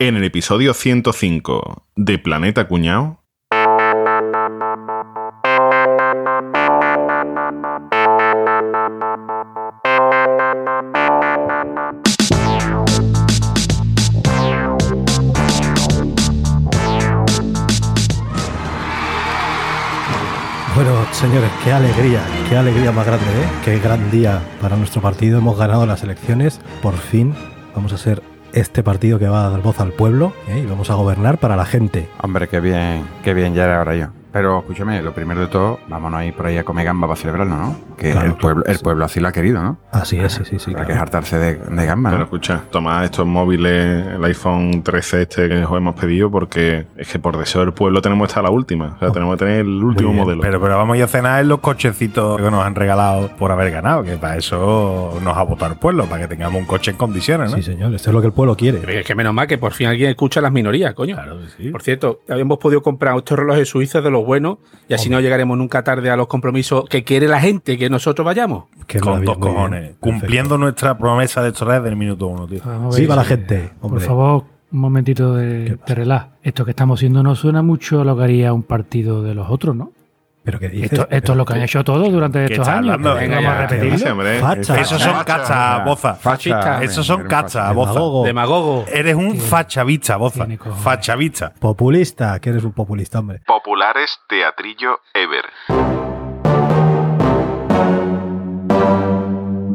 En el episodio 105 de Planeta Cuñao. Bueno, señores, qué alegría, qué alegría más grande, ¿eh? Qué gran día para nuestro partido. Hemos ganado las elecciones, por fin. Vamos a ser este partido que va a dar voz al pueblo ¿eh? y vamos a gobernar para la gente. Hombre, qué bien, qué bien, ya era hora yo. Pero escúchame, lo primero de todo, vámonos a ir por ahí a comer gamba para celebrarlo, ¿no? Que Claro, el, pueblo, el pueblo así lo ha querido, ¿no? Así es, sí, sí, sí. Habrá claro. que hartarse de, de Ah. gamba, Pero ¿no? escucha, tomad estos móviles, el iPhone 13 este que os hemos pedido, porque es que por deseo del pueblo tenemos esta la última. O sea, tenemos que tener el último Oh. Muy bien, modelo. Pero, pero vamos a ir a cenar en los cochecitos que nos han regalado por haber ganado, que para eso nos ha votado el pueblo, para que tengamos un coche en condiciones, ¿no? Sí, señor, esto es lo que el pueblo quiere. Pero es que menos mal que por fin alguien escucha a las minorías, coño. Por cierto, habíamos podido comprar estos relojes suizos de los buenos y así no llegaremos nunca tarde a los compromisos que quiere la gente que nosotros vayamos. Qué Con maravilla, dos muy bien, cojones. perfecto. Cumpliendo nuestra promesa de esto desde el minuto uno, tío. Vamos a ver. Viva la gente, Por eh, hombre. favor, un momentito ¿Qué de, pasa? de relax. Esto que estamos haciendo no suena mucho a lo que haría un partido de los otros, ¿no? Pero que dices, Esto, esto es lo que han hecho todos durante ¿Qué estos estás años. hablando? Venga, Venga, vamos a ya, Sí, repetirlo. hombre. Facha. Esos son cachas, boza. Fascistas. Esos son cachas, boza. Demagogo. Demagogo. Eres un fachavista, boza. Tiene cojones. Fachavista. populista, que eres un populista, hombre. Populares Teatrillo Ever.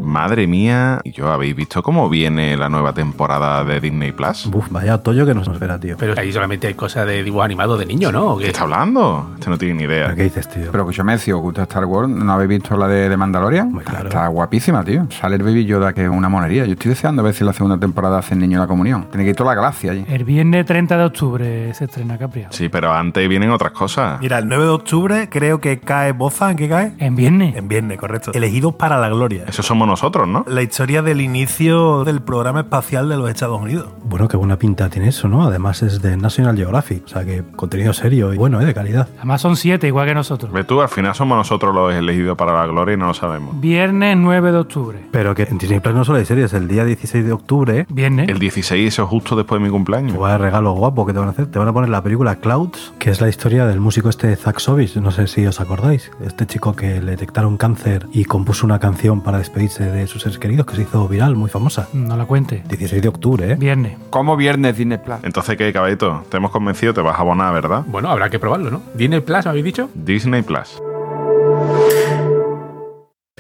Madre mía, ¿y yo habéis visto cómo viene la nueva temporada de Disney Plus? Uf, vaya otoño que nos espera, tío. Pero ahí solamente hay cosas de dibujos animados de niños, ¿no? ¿Qué está hablando? Este no tiene ni idea. ¿Pero qué dices, tío? Pero escúchame, si os gusta Star Wars, ¿no habéis visto la de, de Mandalorian? Muy claro. Está guapísima, tío. Sale el Baby Yoda, que es una monería. Yo estoy deseando ver si en la segunda temporada hacen niño en la comunión. Tiene que ir toda la galaxia allí. El viernes 30 de octubre se estrena Capria. Sí, pero antes vienen otras cosas. Mira, el 9 de octubre creo que cae boza. ¿En qué cae? ¿En viernes? En viernes, correcto. Elegidos para la gloria. Eso somos nosotros, ¿no? La historia del inicio del programa espacial de los Estados Unidos. Bueno, qué buena pinta tiene eso, ¿no? Además es de National Geographic, o sea que contenido serio y bueno, ¿eh? de calidad. Además son siete, igual que nosotros. Ve tú, al final somos nosotros los elegidos para la gloria y no lo sabemos. ¿Eh? Viernes 9 de octubre. Pero que en Disney Plus no solo hay series, el día 16 de octubre Viernes. El 16, eso es justo después de mi cumpleaños. te va a dar regalo guapo que te van a hacer, te van a poner la película Clouds, que es la historia del músico este Zach Sobis, no sé si os acordáis, este chico que le detectaron cáncer y compuso una canción para despedirse de sus seres queridos que se hizo viral, muy famosa. No la cuente. 16 de octubre, ¿eh? Viernes. Como viernes Disney Plus. Entonces, ¿qué, caballito? Te hemos convencido, te vas a abonar, ¿verdad? Bueno, habrá que probarlo, ¿no? Disney Plus, ¿me habéis dicho? Disney Plus.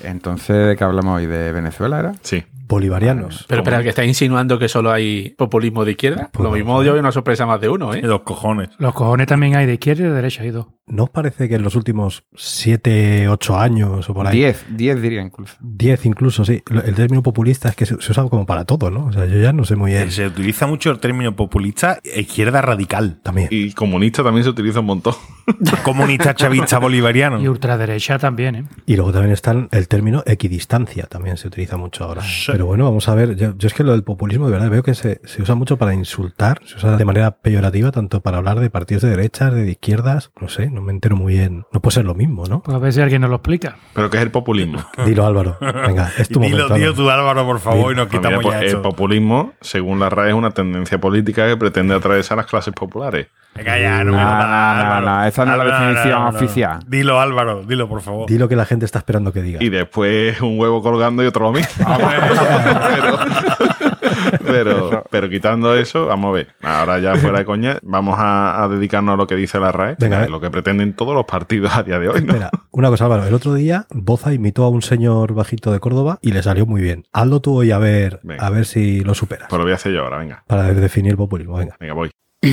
Entonces, ¿de qué hablamos hoy? ¿De Venezuela era? Sí. Bolivarianos. Pero espera, que estáis insinuando que solo hay populismo de izquierda. Pues Lo mismo yo veo una sorpresa más de uno, ¿eh? Los cojones. Los cojones también hay de izquierda y de derecha, hay dos. ¿No os parece que en los últimos 7, 8 años o por ahí? Diez, diez diría incluso. 10 incluso, sí. Lo- El término populista es que se se usa como para todo, ¿no? O sea, yo ya no sé muy bien. Se utiliza mucho el término populista e izquierda radical. También. Y comunista también se utiliza un montón. Comunista chavista bolivariano. Y ultraderecha también, ¿eh? Y luego también está el- el término equidistancia, también se utiliza mucho ahora. Pero bueno, vamos a ver. Yo, yo es que lo del populismo, de verdad, veo que se, se usa mucho para insultar, se usa de manera peyorativa, tanto para hablar de partidos de derechas, de izquierdas. No sé, no me entero muy bien. No puede ser lo mismo, ¿no? Pues a ver si alguien nos lo explica. ¿Pero qué es el populismo? Dilo, Álvaro. Venga, es tu Ah. Dilo, momento. tío, Álvaro. tú, Álvaro, por favor, y nos Pues mira, quitamos pues, ya el esto. populismo, según la RAE, es una tendencia política que pretende atravesar las clases populares. Venga, ya, no, me No, lo da, no, no, Álvaro. no, esa no es la Álvaro, definición oficial. Dilo, Álvaro, dilo, por favor. Di lo que la gente está esperando que diga. Y después un huevo colgando y otro lo mismo. pero, Ah, pero, pero quitando eso, vamos a ver. Ahora ya fuera de coña, vamos a, a dedicarnos a lo que dice la RAE, Venga, que es eh. lo que pretenden todos los partidos a día de hoy. ¿no? Espera, una cosa, Álvaro. El otro día Boza imitó a un señor bajito de Córdoba y le salió muy bien. Hazlo tú hoy a ver, Venga. a ver si lo superas. Pues lo voy a hacer yo ahora, venga. Para definir el populismo, venga. Venga, voy.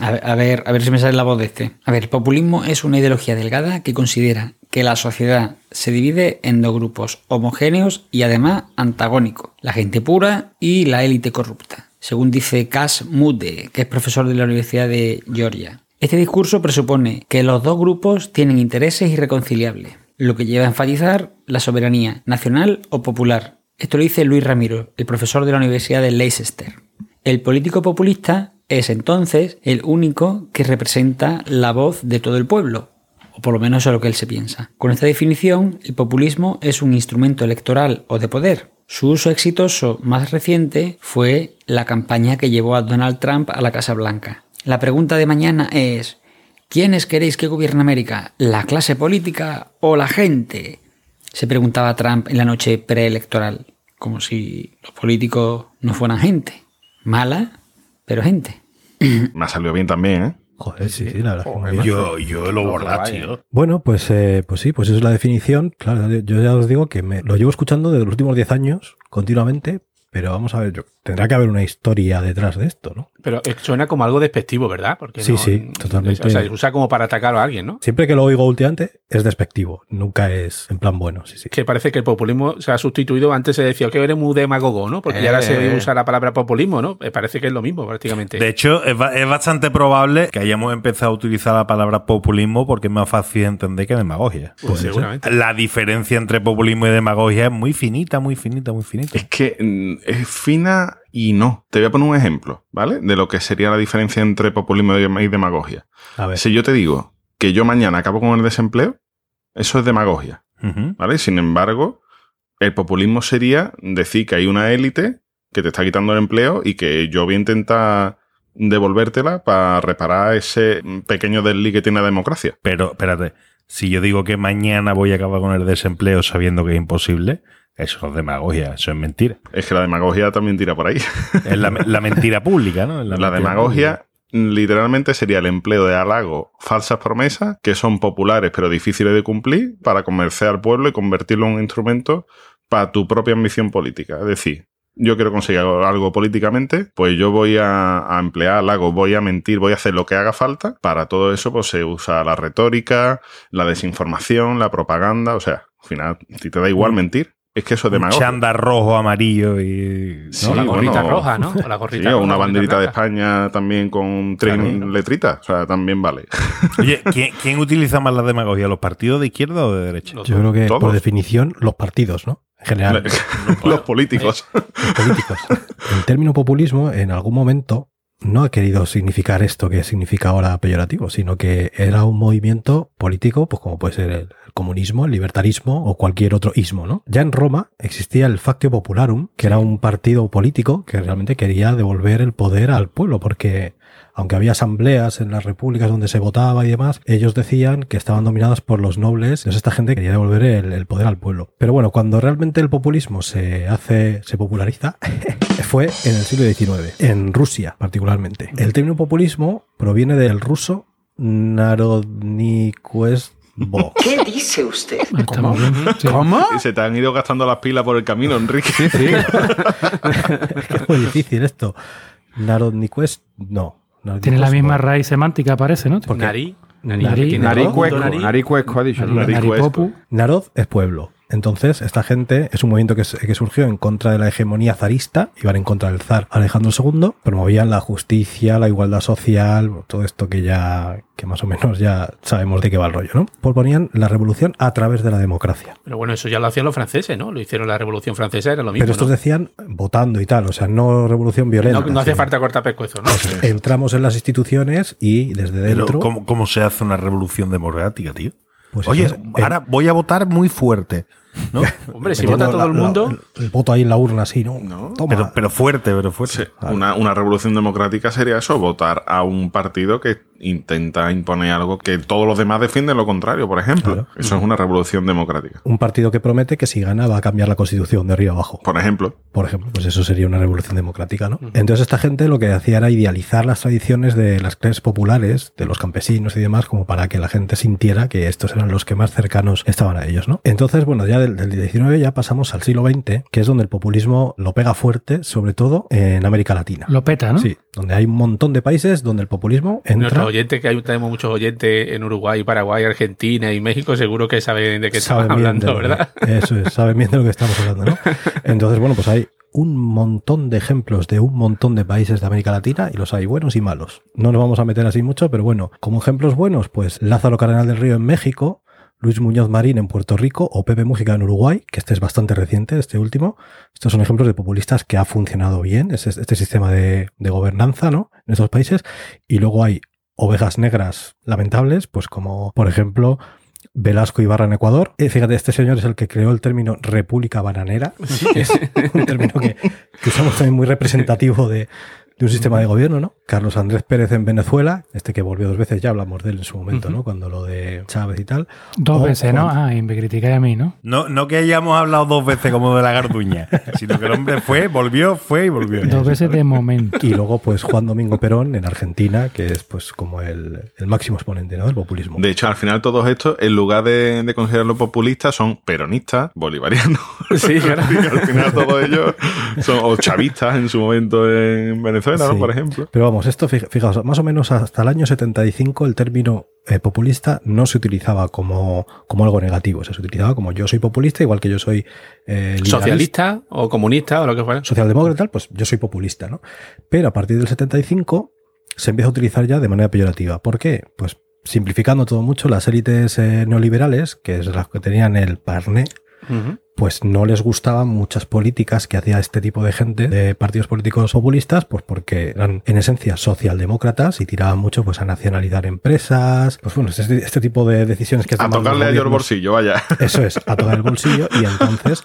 A ver, a ver, a ver si me sale la voz de este. A ver, el populismo es una ideología delgada que considera que la sociedad se divide en dos grupos homogéneos y además antagónicos, la gente pura y la élite corrupta, según dice Cash Mute, que es profesor de la Universidad de Georgia. Este discurso presupone que los dos grupos tienen intereses irreconciliables, lo que lleva a enfatizar la soberanía nacional o popular. Esto lo dice Luis Ramiro, el profesor de la Universidad de Leicester. El político populista es entonces el único que representa la voz de todo el pueblo, o por lo menos eso es lo que él se piensa. Con esta definición, el populismo es un instrumento electoral o de poder. Su uso exitoso más reciente fue la campaña que llevó a Donald Trump a la Casa Blanca. La pregunta de mañana es, ¿quiénes queréis que gobierne América? ¿La clase política o la gente? Se preguntaba Trump en la noche preelectoral, como si los políticos no fueran gente. Mala, pero gente. Me ha salido bien también, ¿eh? Joder, sí, sí, la verdad. es Oh, que muy bien. Yo, yo lo borracho, tío. Bueno, pues, eh, pues sí, pues esa es la definición. Claro, yo- yo ya os digo que me, lo llevo escuchando desde los últimos 10 años continuamente, pero vamos a ver, yo, tendrá que haber una historia detrás de esto, ¿no? Pero eh, suena como algo despectivo, ¿verdad? Porque Sí, sí, totalmente. O sea, se usa como para atacar a alguien, ¿no? Siempre que lo oigo últimamente es despectivo, nunca es en plan bueno, sí, sí. Que parece que el populismo se ha sustituido. Antes se decía que eres muy demagogo, ¿no? Porque Eh. ya ahora se usa la palabra populismo, ¿no? Eh, Parece que es lo mismo prácticamente. De hecho, es, ba- es bastante probable que hayamos empezado a utilizar la palabra populismo porque es más fácil de entender que demagogia. Pues seguramente. La diferencia entre populismo y demagogia es muy finita, muy finita, muy finita. Es que mm, es fina y no. Te voy a poner un ejemplo, ¿vale? De lo que sería la diferencia entre populismo y demagogia. A ver, Si yo te digo que yo mañana acabo con el desempleo, eso es demagogia, Ujú. ¿vale? Sin embargo, el populismo sería decir que hay una élite que te está quitando el empleo y que yo voy a intentar devolvértela para reparar ese mm, pequeño desliz que tiene la democracia. Pero, espérate, si yo digo que mañana voy a acabar con el desempleo sabiendo que es imposible, eso no es demagogia, eso es mentira. Es que la demagogia también tira por ahí. Es la, la mentira pública, ¿no? Es La, mentira pública. demagogia literalmente sería el empleo de halago, falsas promesas que son populares pero difíciles de cumplir para convencer al pueblo y convertirlo en un instrumento para tu propia ambición política. Es decir, yo quiero conseguir algo, algo políticamente, pues yo voy a, a emplear halago, voy a mentir, voy a hacer lo que haga falta. Para todo eso pues se usa la retórica, la desinformación, la propaganda, o sea, al final, si te da igual mentir, es que eso es Un demagogia. chándal rojo, amarillo y. Sí, O la bueno, gorrita roja, ¿no? O la Sí, gorrita o roja, una la gorrita banderita de blanca. España también con tres Claro. letritas, o sea, también vale. Oye, ¿quién, quién utiliza más la demagogia? ¿Los partidos de izquierda o de derecha? Los yo creo que todos. por definición los partidos, ¿no? En general, Los políticos. los políticos. El término populismo en algún momento no ha querido significar esto que significa ahora peyorativo, sino que era un movimiento político, pues como puede ser el comunismo, el libertarismo o cualquier otro ismo, ¿no? Ya en Roma existía el Factio Popularum, que era un partido político que realmente quería devolver el poder al pueblo, porque aunque había asambleas en las repúblicas donde se votaba y demás, ellos decían que estaban dominadas por los nobles, entonces esta gente quería devolver el, el poder al pueblo. Pero bueno, cuando realmente el populismo se hace, se populariza, fue en el siglo XIX, en Rusia particularmente. El término populismo proviene del ruso Narodnikostvo. ¿Qué dice usted? Estamos bien. sí. Y se te han ido gastando las pilas por el camino, Enrique. es que es muy difícil esto. Narodnikostvo, no. Tiene la Narodnikostvo. misma raíz semántica, parece, ¿no? Nariz. Nariz. tiene Nariz dos, Naricuesco, nariz. naricuesco, ha dicho. ¿no? Nariz. Naripopu. Narod es pueblo. Entonces, esta gente es un movimiento que, se- que surgió en contra de la hegemonía zarista, iban en contra del zar Alejandro II, promovían la justicia, la igualdad social, todo esto que ya, que más o menos ya sabemos de qué va el rollo, ¿no? Proponían la revolución a través de la democracia. Pero bueno, eso ya lo hacían los franceses, ¿no? Lo hicieron la Revolución Francesa, era lo mismo. Pero estos ¿no? decían votando y tal, o sea, no revolución violenta. No, no hace sino pues, falta cortar pescuezo, ¿no? Entramos en las instituciones y desde Pero, dentro. ¿cómo, cómo se hace una revolución democrática, tío? pues Oye, eso es- ahora voy a votar muy fuerte, ¿no? Hombre, si metiendo vota todo la- el la- mundo. el, el voto ahí en la urna, así, ¿no? Toma. pero, pero fuerte, pero Sí, fuerte. Una, una revolución democrática sería eso, votar a un partido que intenta imponer algo que todos los demás defienden lo contrario, por ejemplo. Claro. Eso es una revolución democrática. un partido que promete que si gana va a cambiar la constitución de arriba abajo. Por ejemplo, Por ejemplo, pues eso sería una revolución democrática, ¿no? Entonces esta gente lo que hacía era idealizar las tradiciones de las clases populares, de los campesinos y demás, como para que la gente sintiera que estos eran los que más cercanos estaban a ellos, ¿no? Entonces, bueno, ya del, del 19 ya pasamos al siglo XX, que es donde el populismo lo pega fuerte, sobre todo en América Latina. Lo peta, ¿no? Sí, donde hay un montón de países donde el populismo entra... Nuestros oyentes, que hay, tenemos muchos oyentes en Uruguay, Paraguay, Argentina y México, seguro que saben de qué Saben estamos bien de hablando, lo que- ¿verdad? Eso es, saben bien de lo que estamos hablando, ¿no? Entonces, bueno, pues hay un montón de ejemplos de un montón de países de América Latina y los hay buenos y malos. No nos vamos a meter así mucho, pero bueno, como ejemplos buenos, pues Lázaro Cardenal del Río en México, Luis Muñoz Marín en Puerto Rico o Pepe Mújica en Uruguay, que este es bastante reciente, este último. Estos son ejemplos de populistas que ha este funcionado bien, ese- este sistema de, de gobernanza, ¿no? En estos países. Y luego hay ovejas negras lamentables, pues como por ejemplo Velasco Ibarra en Ecuador. Eh, fíjate, este señor es el que creó el término República Bananera, que es un término que, que usamos también muy representativo de, de un sistema de gobierno, ¿no? Carlos Andrés Pérez en Venezuela, este que volvió dos veces, ya hablamos de él en su momento, ¿no? Cuando lo de Chávez y tal. Dos O veces, ¿no? cuando- Ah, y me criticáis a mí, ¿no? No, no que hayamos hablado dos veces como de la garduña, sino que el hombre fue, volvió, fue y volvió. Dos veces de momento. Y luego, pues, Juan Domingo Perón en Argentina, que es, pues, como el, el máximo exponente, ¿no? Del populismo. De hecho, al final todos estos, en lugar de, de considerarlos populistas, son peronistas, bolivarianos. Sí, claro. Y que al final todos ellos son o chavistas en su momento en Venezuela, ¿no? Sí. por ejemplo. Pero vamos, esto, fij- fijaos, más o menos hasta el año 75 el término eh, populista no se utilizaba como, como algo negativo, o sea, se utilizaba como yo soy populista, igual que yo soy eh, liberalista, Socialista o comunista o lo que fuera. socialdemócrata, pues yo soy populista, ¿no? Pero a partir del 75 se empieza a utilizar ya de manera peyorativa. ¿Por qué? Pues simplificando todo mucho, las élites eh, neoliberales, que es las que tenían el parné, Ujú. pues no les gustaban muchas políticas que hacía este tipo de gente, de partidos políticos populistas, pues porque eran en esencia socialdemócratas y tiraban mucho pues a nacionalizar empresas, pues bueno, este, este tipo de decisiones que A toman los tocarle a ellos el gobiernos. bolsillo, vaya. Eso es, a tocar el bolsillo y entonces...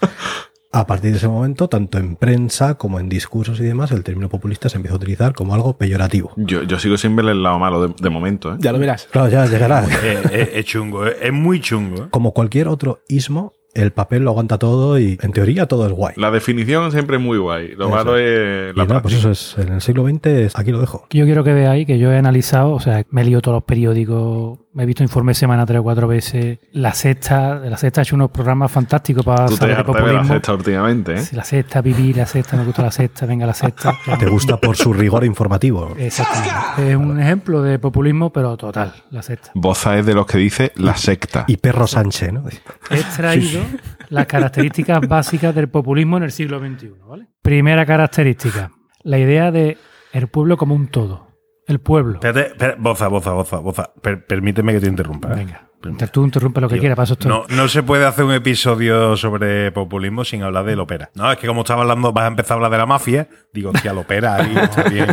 A partir de ese momento, tanto en prensa como en discursos y demás, el término populista se empieza a utilizar como algo peyorativo. Yo, yo sigo sin verle el lado malo de, de momento, ¿eh? Ya lo verás. Claro, ya llegará. Eh, eh, es chungo, eh, es muy chungo. ¿eh? Como cualquier otro ismo, el papel lo aguanta todo y en teoría todo es guay. La definición siempre es muy guay. Lo Eso. malo es Y la nada, pues práctica. eso es, en el siglo XX es- aquí lo dejo. Yo quiero que veáis que yo he analizado, o sea, me he leído todos los periódicos, me he visto informes semana tres o cuatro veces. La sexta, la sexta ha hecho unos programas fantásticos para Tú te saber de hartas de la populismo. sexta últimamente, ¿eh? Sí, la sexta, viví, la sexta, me gusta la sexta, venga la sexta. Te gusta por su rigor informativo. Exactamente. Es un ejemplo de populismo, pero total, la sexta. Boza es de los que dice la secta. Y Perro Sánchez, ¿no? He extraído las características básicas del populismo en el siglo XXI, ¿vale? Primera característica, la idea de el pueblo como un todo. El pueblo. Espérate, espérate, boza, boza, boza, boza. Per- permíteme que te interrumpa. ¿eh? Venga, tú interrumpe lo que Tío, quieras, paso esto. No, no se puede hacer un episodio sobre populismo sin hablar de Lopera. No, es que como estaba hablando, vas a empezar a hablar de la mafia. Digo, tía, Lopera ahí está bien.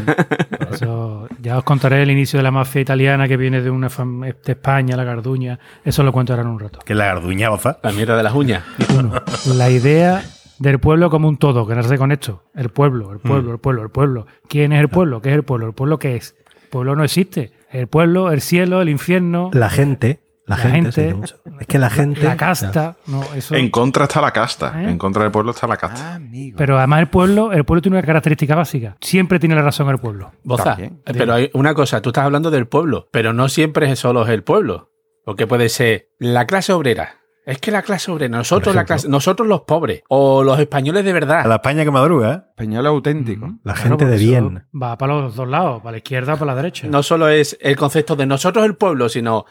Eso, ya os contaré el inicio de la mafia italiana que viene de una fam- de España, la Garduña. Eso lo cuento ahora en un rato. Que es la garduña, boza. La mierda de las uñas. Uno, la idea del pueblo como un todo, quedarse con esto. El pueblo, el Mm. pueblo, el pueblo, el pueblo. ¿Quién es el pueblo? ¿Qué es el pueblo? ¿El pueblo qué es? El pueblo no existe. El pueblo, el cielo, el infierno, la, La gente. La, La gente. se gente. dice mucho. Es que la gente. casta. No, eso, En contra está la casta. ¿Eh? En contra del pueblo está la casta. Amigo. pero además el pueblo, el pueblo tiene una característica básica. Siempre tiene la razón el pueblo. Boza. También. eh, Pero hay una cosa, tú estás hablando del pueblo, pero no siempre es solo el pueblo. Porque puede ser la clase obrera. Es que la clase obrera, nosotros, la ejemplo. clase, nosotros los pobres, o los españoles de A verdad. la España que madruga. ¿eh? Español auténtico. La Claro, gente de porque eso bien. Va para los dos lados, para la izquierda, para la derecha. No solo es el concepto de nosotros el pueblo, sino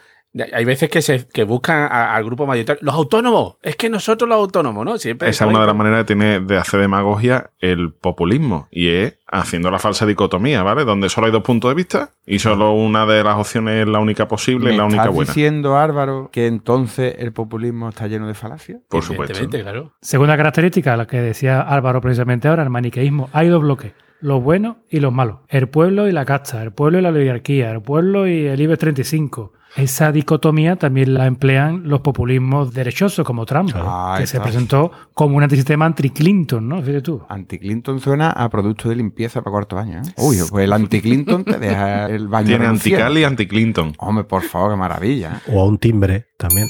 hay veces que se que buscan a- al grupo mayoritario. Los autónomos, es que nosotros los autónomos, ¿no? Siempre Esa es una de las maneras que tiene de hacer demagogia el populismo y es haciendo la falsa dicotomía, ¿vale? Donde solo hay dos puntos de vista y solo una de las opciones es la única posible ¿Me y la única estás buena. diciendo, Álvaro, que entonces el populismo está lleno de falacias? Por supuesto. Evidentemente, claro. Segunda característica, la que decía Álvaro precisamente ahora, el maniqueísmo. Hay dos bloques, los buenos y los malos. El pueblo y la casta, el pueblo y la oligarquía, el pueblo y el IBEX 35. Esa dicotomía también la emplean los populismos derechosos como Trump, Ah, que ahí se está. presentó como un antisistema anti-Clinton, ¿no? Fíjate tú. Anti-Clinton suena a producto de limpieza para cuarto baño, ¿eh? Uy, pues el anti-Clinton te deja el baño Tiene reluciente. anti-Cali y anti-Clinton. Hombre, por favor, qué maravilla. ¿eh? O a un timbre también.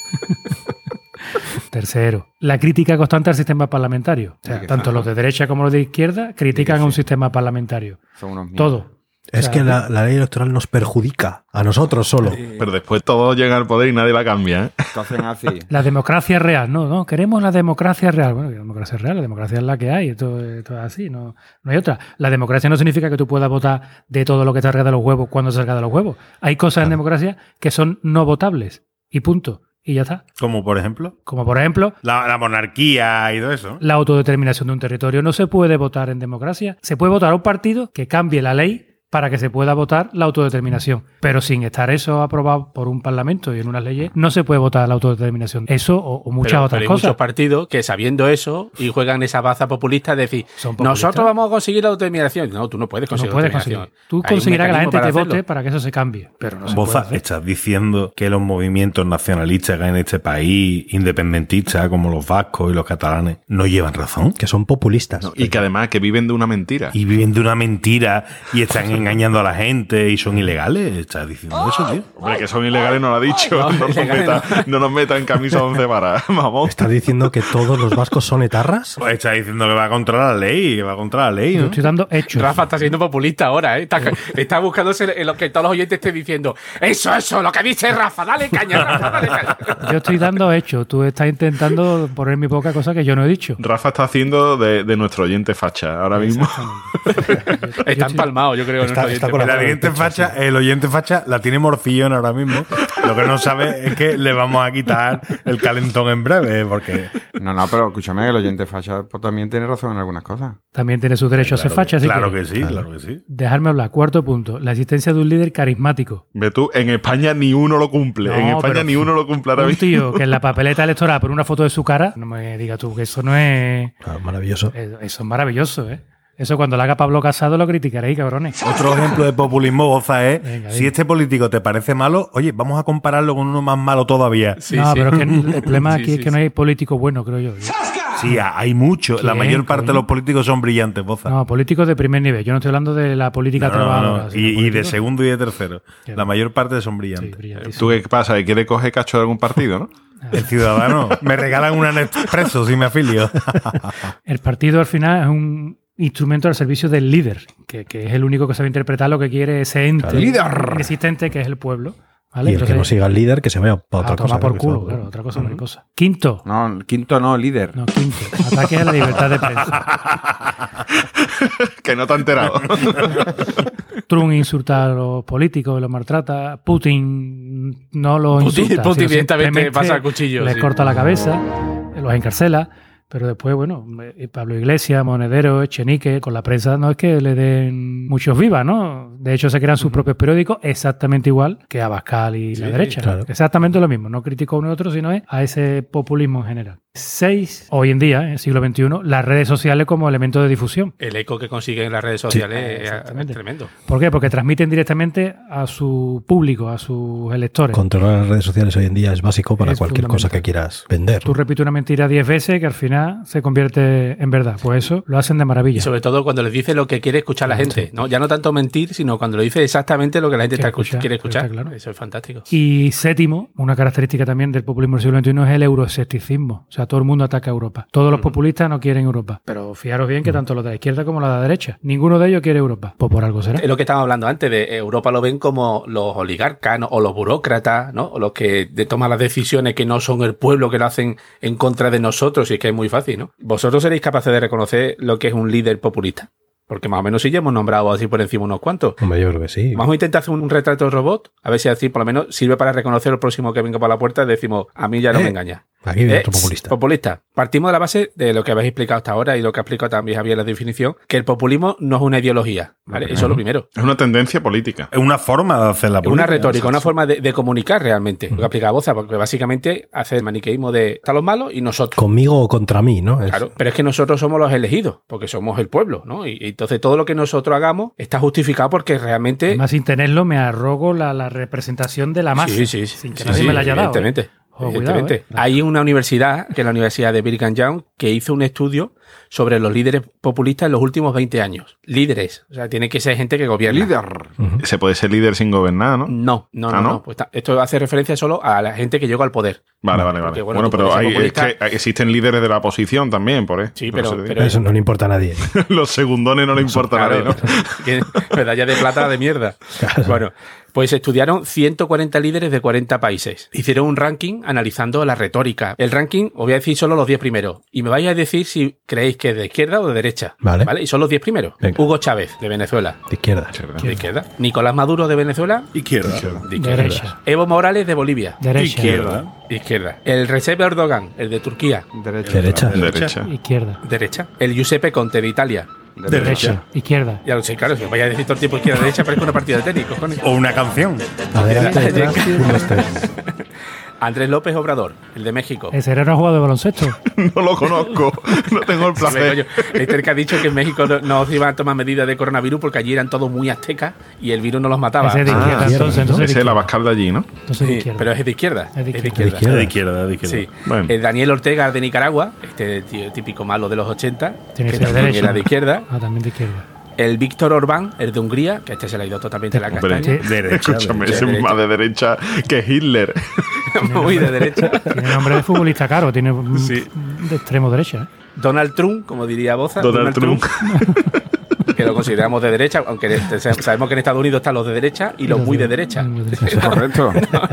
Tercero, la crítica constante al sistema parlamentario. O sea, Hay que tanto ser. los de derecha como los de izquierda critican Hay que un ser. sistema parlamentario. Son unos mierdas. Todo. Es Claro. que la, la ley electoral nos perjudica. A nosotros solo. Pero después todo llega al poder y nadie la cambia, ¿eh? Entonces así. La democracia real, no, no, queremos la democracia real. Bueno, que la democracia es real, la democracia es la que hay, esto, esto es así, no, no hay otra. La democracia no significa que tú puedas votar de todo lo que te salga de los huevos cuando salga de los huevos. Hay cosas en democracia que son no votables y punto, y ya está. Como por ejemplo, Como por ejemplo, la, la monarquía y todo eso. la autodeterminación de un territorio no se puede votar en democracia. Se puede votar a un partido que cambie la ley para que se pueda votar la autodeterminación. Pero sin estar eso aprobado por un parlamento y en unas leyes, no se puede votar la autodeterminación. Eso o, o muchas Pero- otras pero hay cosas. muchos partidos que sabiendo eso y juegan esa baza populista de decir, Son populistas. nosotros vamos a conseguir la autodeterminación. No, tú no puedes Tú no conseguir puedes la conseguir. autodeterminación. Tú Hay un conseguirás que la mecanismo gente para te hacerlo. vote para que eso se cambie. Pero no se puede Boza, hacer. estás diciendo que los movimientos nacionalistas que hay en este país, independentistas como los vascos y los catalanes, no llevan razón. Que son populistas. Y que además que viven de una mentira. Y viven de una mentira y están engañando a la gente y son ilegales. Estás diciendo eso, ¡Ah! tío. Hombre, que son ilegales, no lo ha dicho. No, nos, ilegales meta, no nos meta en camisa once varas, mamón. ¿Estás diciendo que todos los vascos son etarras? Pues estás diciendo que va contra la ley, que va contra la ley, Yo ¿no? estoy dando hechos. Rafa está siendo populista ahora, ¿eh? está, está buscándose en lo que todos los oyentes estén diciendo. Eso, eso, lo que dice Rafa, dale caña, Rafa, dale caña. Yo estoy dando hechos. Tú estás intentando poner en mi boca cosas que yo no he dicho. Rafa está haciendo de, de nuestro oyente facha ahora mismo. Está empalmado, yo creo. Está- nuestro está oyente. con El la- oyente, facha, el oyente facha la tiene morcillón ahora mismo. Lo que no sabe es que le vamos a quitar el calentón en breve, porque No, no, pero escúchame, el oyente facha pues, también tiene razón en algunas cosas. También tiene su derecho a ser facha, así claro que, que sí, claro que sí. dejarme hablar. Cuarto punto, la existencia de un líder carismático. Ve tú, en España ni uno lo cumple. No, en pero España ni uno lo cumple ahora Un mismo. tío que en la papeleta electoral pone una foto de su cara, no me digas tú que eso no es... Ah, maravilloso. eh, Eso es maravilloso, ¿eh? Eso cuando lo haga Pablo Casado lo criticaréis, cabrones. Otro ejemplo de populismo goza es, Venga, si dime. este político te parece malo, oye, vamos a compararlo con uno más malo todavía. Sí, no, sí. pero es que el problema Sí, aquí es sí, que no hay político bueno, creo yo. Sí, ha- hay mucho. La ¿Quién, mayor parte coño? de los políticos son brillantes, Boza. No, políticos de primer nivel. Yo no estoy hablando de la política No, no, trabajadora. no. sino Y, y de políticos- segundo y de tercero. Claro. La mayor parte son Sí, brillantes. brillantísimo. ¿Tú qué pasa? ¿Que quiere coger cacho de algún partido, no? El ciudadano. me regalan un expreso si me afilio. El partido al final es un instrumento al servicio del líder, que, que es el único que sabe interpretar lo que quiere ese ente ¡Líder! inexistente que es el pueblo. Y ¿vale? el que no siga al líder, que se vaya para otra a tomar cosa. por ¿no? culo, claro, otra cosa, otra cosa. Quinto. No, el quinto no, líder. No, quinto. Ataque a la libertad de prensa. que no te ha enterado. Trump insulta a los políticos, los maltrata. Putin no los Putin- insulta. Putin sino directamente simplemente pasa a cuchillo, Les sí. corta la cabeza, los encarcela. Pero después, bueno, eh, Pablo Iglesias, Monedero, Echenique, con la prensa no es que le den muchos vivas, ¿no? De hecho, se crean sus propios periódicos exactamente igual que Abascal y la derecha. claro. Exactamente lo mismo. No critico a uno y otro, sino es a ese populismo en general. Seis, hoy en día, en el siglo XXI, las redes sociales como elemento de difusión. El eco que consiguen las redes sociales es- es, Exactamente. tremendo. ¿Por qué? Porque transmiten directamente a su público, a sus electores. Controlar las redes sociales hoy en día es básico para Es cualquier cosa fundamental. que quieras vender. Tú repites una mentira 10 veces que al final se convierte en verdad. Pues eso lo hacen de Y maravilla. sobre todo cuando les dice lo que quiere escuchar la gente. ¿no? Ya no tanto mentir, sino cuando le dice exactamente lo que la gente Que está escucha, escuch- quiere está escuchar. claro. Eso es fantástico. Y séptimo, una característica también del populismo del siglo XXI es el euroescepticismo. O sea, todo el mundo ataca a Europa. Todos los populistas no quieren Europa. Pero fijaros bien que tanto los de la izquierda como los de la derecha, ninguno de ellos quiere Europa. Pues por algo ¿Eh? será. Es lo que estábamos hablando antes, de Europa lo ven como los oligarcas ¿no? o los burócratas, ¿no? O los que de- toman las decisiones que no son el pueblo, que lo hacen en contra de nosotros, y es que es muy fácil, ¿no? Vosotros seréis capaces de reconocer lo que es un líder populista, porque más o menos sí ya hemos nombrado así por encima unos cuantos. Hombre, yo creo que sí. Vamos a intentar hacer un retrato robot, a ver si así por lo menos sirve para reconocer el próximo que venga por la puerta y decimos, a mí ya no Eh, me engaña. Aquí viene Eh, otro populista. populista. Partimos de la base de lo que habéis explicado hasta ahora y lo que ha explicado también Javier en la definición, que el populismo no es una ideología, ¿vale? Eso es lo primero. Es una tendencia política. Es una forma de hacer la Es política. Una retórica, una forma de, de comunicar realmente. Lo que aplica Boza, porque básicamente hace el maniqueísmo de están los malos y nosotros. Conmigo o contra mí, ¿no? Es- Claro, pero es que nosotros somos los elegidos, porque somos el pueblo, ¿no? Y, y entonces todo lo que nosotros hagamos está justificado porque realmente. Además, sin tenerlo, me arrogo la, la representación de la masa. Sí, sí, sí. Sin que Sí, nadie sí, me la haya dado. ¿eh? Evidentemente. Ojo, evidentemente. cuidado, ¿eh? Hay una universidad, que es la Universidad de Brigham Young, que hizo un estudio sobre los líderes populistas en los últimos 20 años. Líderes. O sea, tiene que ser gente que gobierna. Líder. Ujú. Se puede ser líder sin gobernar, ¿no? No, no, Ah, no. ¿no? no. Pues ta- esto hace referencia solo a la gente que llegó al poder. Vale, vale, Porque, vale. bueno, Bueno, tú pero puedes ser hay, es populista. que existen líderes de la oposición también, por eso. Sí, pero- Por eso te pero- Eso no le importa a nadie. digo. los segundones no le importa a nadie, Claro, ¿no? tiene medalla de plata de mierda. Bueno, pues estudiaron 140 líderes de 40 países. Hicieron un ranking analizando la retórica. El ranking, os voy a decir solo los 10 primeros. Y me vais a decir si creéis que es de izquierda o de derecha. Vale. Y son los 10 primeros. Venga. Hugo Chávez, de Venezuela. De izquierda. De izquierda. Nicolás Maduro, de Venezuela. Izquierda. De izquierda. Derecha. Evo Morales, de Bolivia. Derecha. Izquierda. De izquierda. El Recep Erdogan, el de Turquía. Derecha. Derecha. Derecha. Izquierda. Derecha. El Giuseppe Conte, de Italia. de Derecha, izquierda. Ya lo sé, claro, si os vaya a decir todo el tiempo izquierda derecha, parece una partida de tenis, cojones. O una canción. Adelante, detrás, uno, tres. Andrés López Obrador, el de Oh. México. Ese era un jugador de baloncesto. No lo conozco. No tengo el Coño, placer. Leiter que ha dicho que en México no, no se iban a tomar medidas de coronavirus porque allí eran todos muy aztecas y el virus no los mataba. Ese es de Ah, izquierda, mierda, entonces. entonces Ese de es el izquierda. Abascal de allí, ¿no? Entonces de Sí, izquierda. pero es de izquierda. Es de Es de izquierda. izquierda. Izquierda. De izquierda, de izquierda. Sí. Bueno. Eh, Daniel Ortega de Nicaragua, este tío típico malo de los 80, Tiene que que ser de también derecha. era de izquierda. Ah, también de izquierda. El Víctor Orbán, el de Hungría, que a este se le ha ido totalmente la Hombre, castaña. Derecha. Escúchame, derecha, ese es derecha. más de derecha que Hitler. muy de derecha. Tiene nombre de futbolista caro, tiene mm, Sí. de extremo derecha. ¿eh? Donald Trump, como diría Boza. Donald Trump. que lo consideramos de derecha, aunque de- sabemos que en Estados Unidos están los de derecha y los muy de derecha. Muy de Mm. derecha. Correcto. Este No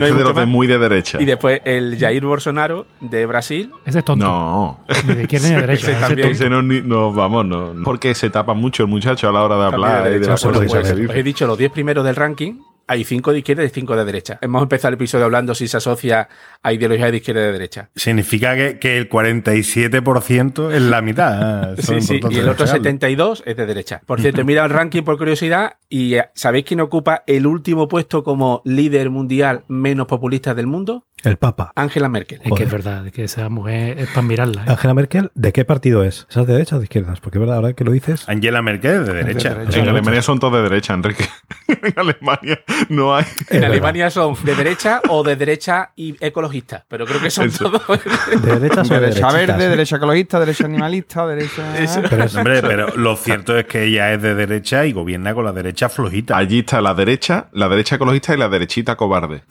de mucho los de más. muy de derecha. Y después el Jair Bolsonaro de Brasil, Ese es tonto. No. Ni de izquierda ni de ese derecha. ¿eh? ese es también. tonto. Ese no, ni- no, vamos, no. no. Porque se tapa mucho el muchacho a la hora de También hablar. de y de derecha, las por cosas que se supuesto. Os he dicen. dicho los 10 primeros del ranking. Hay 5 de izquierda y 5 de derecha. Hemos empezado el episodio hablando si se asocia a ideología de izquierda y de derecha. Significa que, que el 47% es la mitad. ¿eh? Son Sí, sí. importantes Y el otro destacarlo. 72 es de derecha. Por cierto, mira el ranking por curiosidad y eh, ¿sabéis quién ocupa el último puesto como líder mundial menos populista del mundo? El Papa. Angela Merkel. Es que es verdad, es que esa mujer es para mirarla. Ah. ¿eh? Angela Merkel, ¿de qué partido es? ¿Esas de derechas o de izquierdas? Porque es verdad, ahora que lo dices, Angela Merkel de derecha. En Alemania son todos de derecha, Enrique. en Alemania no hay. En verdad. Alemania son de derecha o de derecha y ecologista, pero creo que son Eso. todos. de derechas o de Derecha derechitas. verde, derecha ecologista, derecha animalista, derecha. Pero es- Hombre, pero lo cierto es que ella es de derecha y gobierna con la derecha flojita. Allí está la derecha, la derecha ecologista y la derechita cobarde.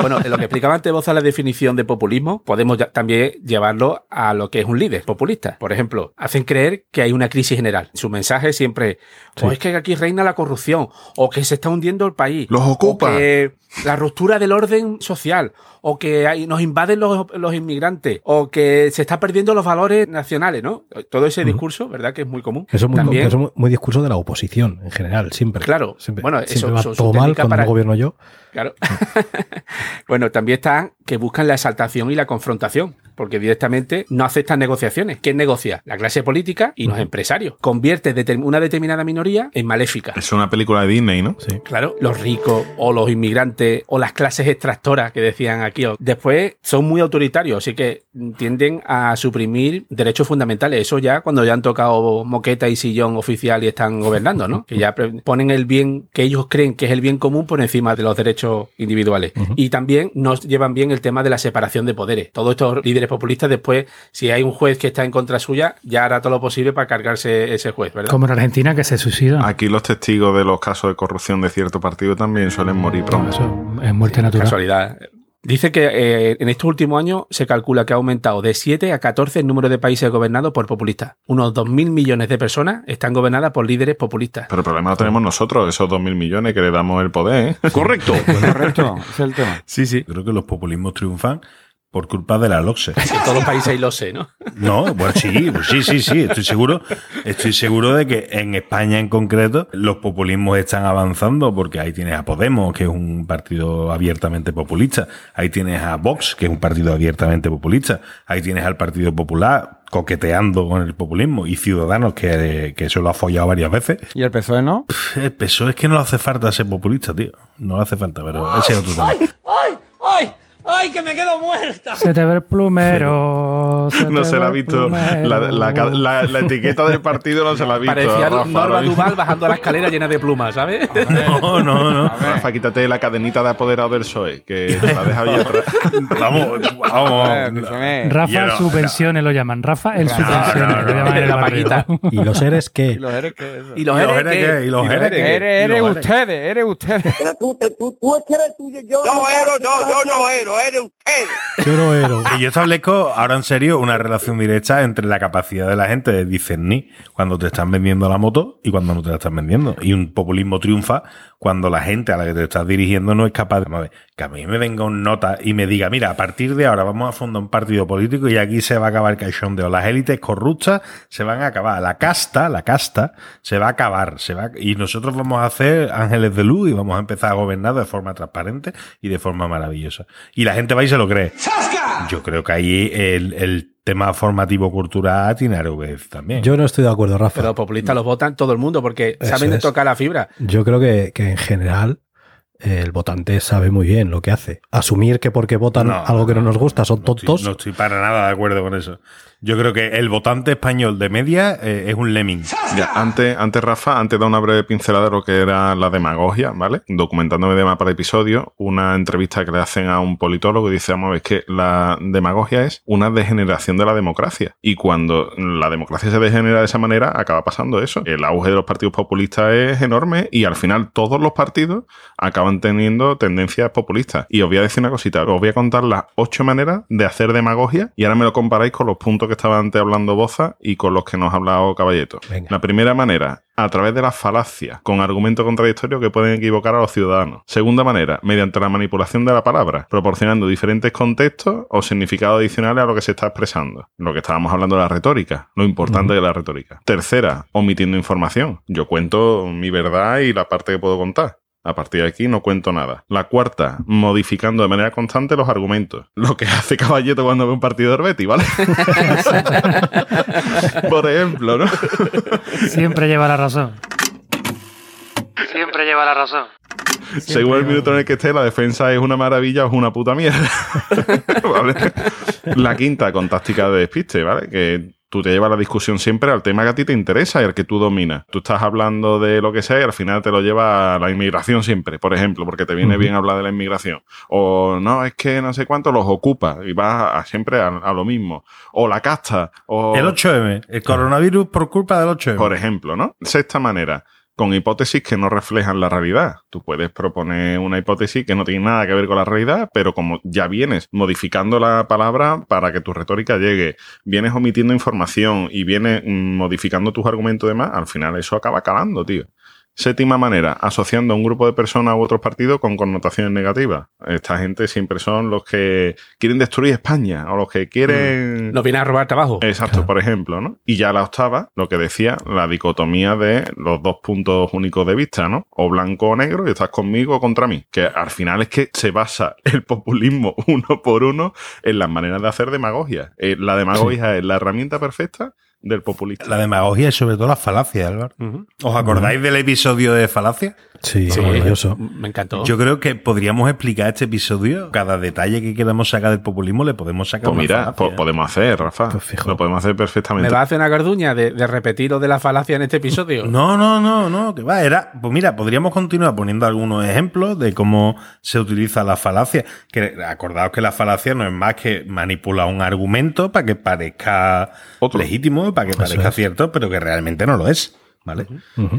Bueno, en lo que explicaba antes vos a la definición de populismo, podemos ya- también llevarlo a lo que es un líder populista. Por ejemplo, hacen creer que hay una crisis general. Su mensaje siempre "Oh, es, o es que aquí reina la corrupción, o que se está hundiendo el país, Los ocupa. o que la ruptura del orden social, o que hay- nos invaden los, los inmigrantes, o que se está perdiendo los valores nacionales, ¿no? Todo ese discurso, ¿verdad? Que es muy común. Eso es muy, También- eso es muy- muy discurso de la oposición en general, siempre. Claro. Siempre, Bueno, eso- siempre va eso es todo su mal técnica cuando para- no gobierno yo. Claro. bueno, también están que buscan la exaltación y la confrontación, porque directamente no aceptan negociaciones. ¿Quién negocia? La clase política y los empresarios. Convierte determ- una determinada minoría en maléfica. Es una película de Disney, ¿no? Sí. Claro, los ricos o los inmigrantes o las clases extractoras que decían aquí. o- Después son muy autoritarios, así que tienden a suprimir derechos fundamentales. Eso ya cuando ya han tocado moqueta y sillón oficial y están gobernando, ¿no? Que ya pre- ponen el bien que ellos creen que es el bien común por encima de los derechos individuales. Y también nos llevan bien el tema de la separación de poderes. Todos estos líderes populistas después, si hay un juez que está en contra suya, ya hará todo lo posible para cargarse ese juez, ¿verdad? Como en Argentina que se suicida. Aquí los testigos de los casos de corrupción de cierto partido también suelen morir No, pronto. eso es muerte natural. Casualidad. Dice que eh, en estos últimos años se calcula que ha aumentado de 7 a 14 el número de países gobernados por populistas. Unos 2.000 millones de personas están gobernadas por líderes populistas. Pero el problema lo tenemos nosotros, esos 2.000 millones que le damos el poder. ¿eh? Correcto. Correcto, ese es el tema. Sí, sí. Creo que los populismos triunfan por culpa de la LOXE. En todos los países y lo sé, ¿no? No, bueno, sí, pues sí, sí, sí, estoy seguro. Estoy seguro de que en España en concreto los populismos están avanzando porque ahí tienes a Podemos, que es un partido abiertamente populista. Ahí tienes a Vox, que es un partido abiertamente populista. Ahí tienes al Partido Popular coqueteando con el populismo y Ciudadanos, que, que eso lo ha follado varias veces. ¿Y el PSOE E no? Pff, El PSOE E es que no le hace falta ser populista, tío. No le hace falta, pero ese es otro tema. Se te ve el plumero. No te se ve la ha el visto. plumero. La, la ca- la- la etiqueta del partido no se la ha visto. Parecía Rafa, ahora Norma mismo. Duval bajando la escalera llena de plumas, ¿sabes? No, no, no. Rafa, quítate la cadenita de apoderado del PSOE, E, que te la deja abierta. Vamos, Eh, vamos. escúchame. Rafa Yo el Oh, no, subvenciones lo llaman. Rafa el No, subvenciones. no, no, lo llaman en el la barrio. paguita. Y los seres que. ¿Y los eres qué es eso? ¿Y ¿Y los los eres eres qué? ¿Y los eres Eres, qué? eres, ¿Y los eres? ustedes, eres ustedes. Pero tú, te- tú, tú es que eres tuyo, yo. Yo ero, yo, yo no ero, eres usted. Yo no ero. Que yo establezco ahora en serio una relación directa entre la capacidad de la gente de discernir cuando te están vendiendo la moto y cuando no te la están vendiendo. Y un populismo triunfa cuando la gente a la que te estás dirigiendo no es capaz de... Vamos a ver, que a mí me venga un nota y me diga, mira, a partir de ahora vamos a fundar un partido político y aquí se va a acabar el cachondeo. Las élites corruptas se van a acabar. La casta, la casta, se va a acabar. Se va a- Y nosotros vamos a hacer ángeles de luz y vamos a empezar a gobernar de forma transparente y de forma maravillosa. Y la gente va y se lo cree. ¡Zasca! Yo creo que ahí el, el tema formativo cultural tiene algo que decir también. Yo no estoy de acuerdo, Rafa. Pero los populistas los votan todo el mundo porque Eso saben de es. tocar la fibra. Yo creo que, que en general eh, el votante sabe muy bien lo que hace. Asumir que porque votan No, algo que no nos gusta son no estoy- tontos. no estoy para nada de acuerdo con eso. Yo creo que el votante español de media eh, es un lemming. Ya, antes, antes, Rafa, antes da una breve pincelada de lo que era la demagogia, ¿vale? Documentándome de mapa de episodio, una entrevista que le hacen a un politólogo y dice, vamos a ver, es que la demagogia es una degeneración de la democracia. Y cuando la democracia se degenera de esa manera, acaba pasando eso. El auge de los partidos populistas es enorme y al final todos los partidos acaban teniendo tendencias populistas. Y os voy a decir una cosita, os voy a contar las ocho maneras de hacer demagogia y ahora me lo comparáis con los puntos que estaba antes hablando Boza y con los que nos ha hablado Caballeto. Venga. La primera manera, a través de las falacias, con argumentos contradictorios que pueden equivocar a los ciudadanos. Segunda manera, mediante la manipulación de la palabra, proporcionando diferentes contextos o significados adicionales a lo que se está expresando. Lo que estábamos hablando de la retórica, lo importante de la retórica. Tercera, omitiendo información. Yo cuento mi verdad y la parte que puedo contar. A partir de aquí no cuento nada. La cuarta, modificando de manera constante los argumentos. Lo que hace Caballeto cuando ve un partido del Betis, ¿vale? Por ejemplo, ¿no? Siempre lleva la razón. Siempre lleva la razón. Según el minuto en el que esté, la defensa es una maravilla o es una puta mierda. ¿Vale? La quinta, con táctica de despiste, ¿vale? Que tú te llevas la discusión siempre al tema que a ti te interesa y al que tú dominas. Tú estás hablando de lo que sea y al final te lo lleva a la inmigración siempre, por ejemplo, porque te viene bien hablar de la inmigración. O no, es que no sé cuánto los ocupa y vas a- siempre a, a lo mismo. O la casta. O... El 8M, el coronavirus por culpa del 8M. Por ejemplo, ¿no? Sexta manera, con hipótesis que no reflejan la realidad. Tú puedes proponer una hipótesis que no tiene nada que ver con la realidad, pero como ya vienes modificando la palabra para que tu retórica llegue, vienes omitiendo información y vienes mm, modificando tus argumentos y demás, al final eso acaba calando, tío. Séptima manera, asociando a un grupo de personas u otros partidos con connotaciones negativas. Esta gente siempre son los que quieren destruir España o los que quieren... Nos vienen a robar trabajo. Exacto, por ejemplo, ¿no? Y ya la octava, lo que decía, la dicotomía de los dos puntos únicos de vista, ¿no? O blanco o negro, y estás conmigo o contra mí. Que al final es que se basa el populismo uno por uno en las maneras de hacer demagogia. Eh, la demagogia es la herramienta perfecta del populista. La demagogia y sobre todo las falacias, Álvaro. ¿Os acordáis del episodio de falacias? Sí, Sí, maravilloso. Me encantó. Yo creo que podríamos explicar este episodio. Cada detalle que queramos sacar del populismo le podemos sacar Pues una mira, falacia. po- podemos hacer, Rafa. Pues fijo. Lo podemos hacer ¿Me perfectamente. va a hacer una carduña de, de repetir lo de la falacia en este episodio? No, no, no, no, que va, era, pues mira, podríamos continuar poniendo algunos ejemplos de cómo se utiliza la falacia, que acordaos que la falacia no es más que manipular un argumento para que parezca Otro. legítimo, para que parezca es. cierto, pero que realmente no lo es, ¿vale?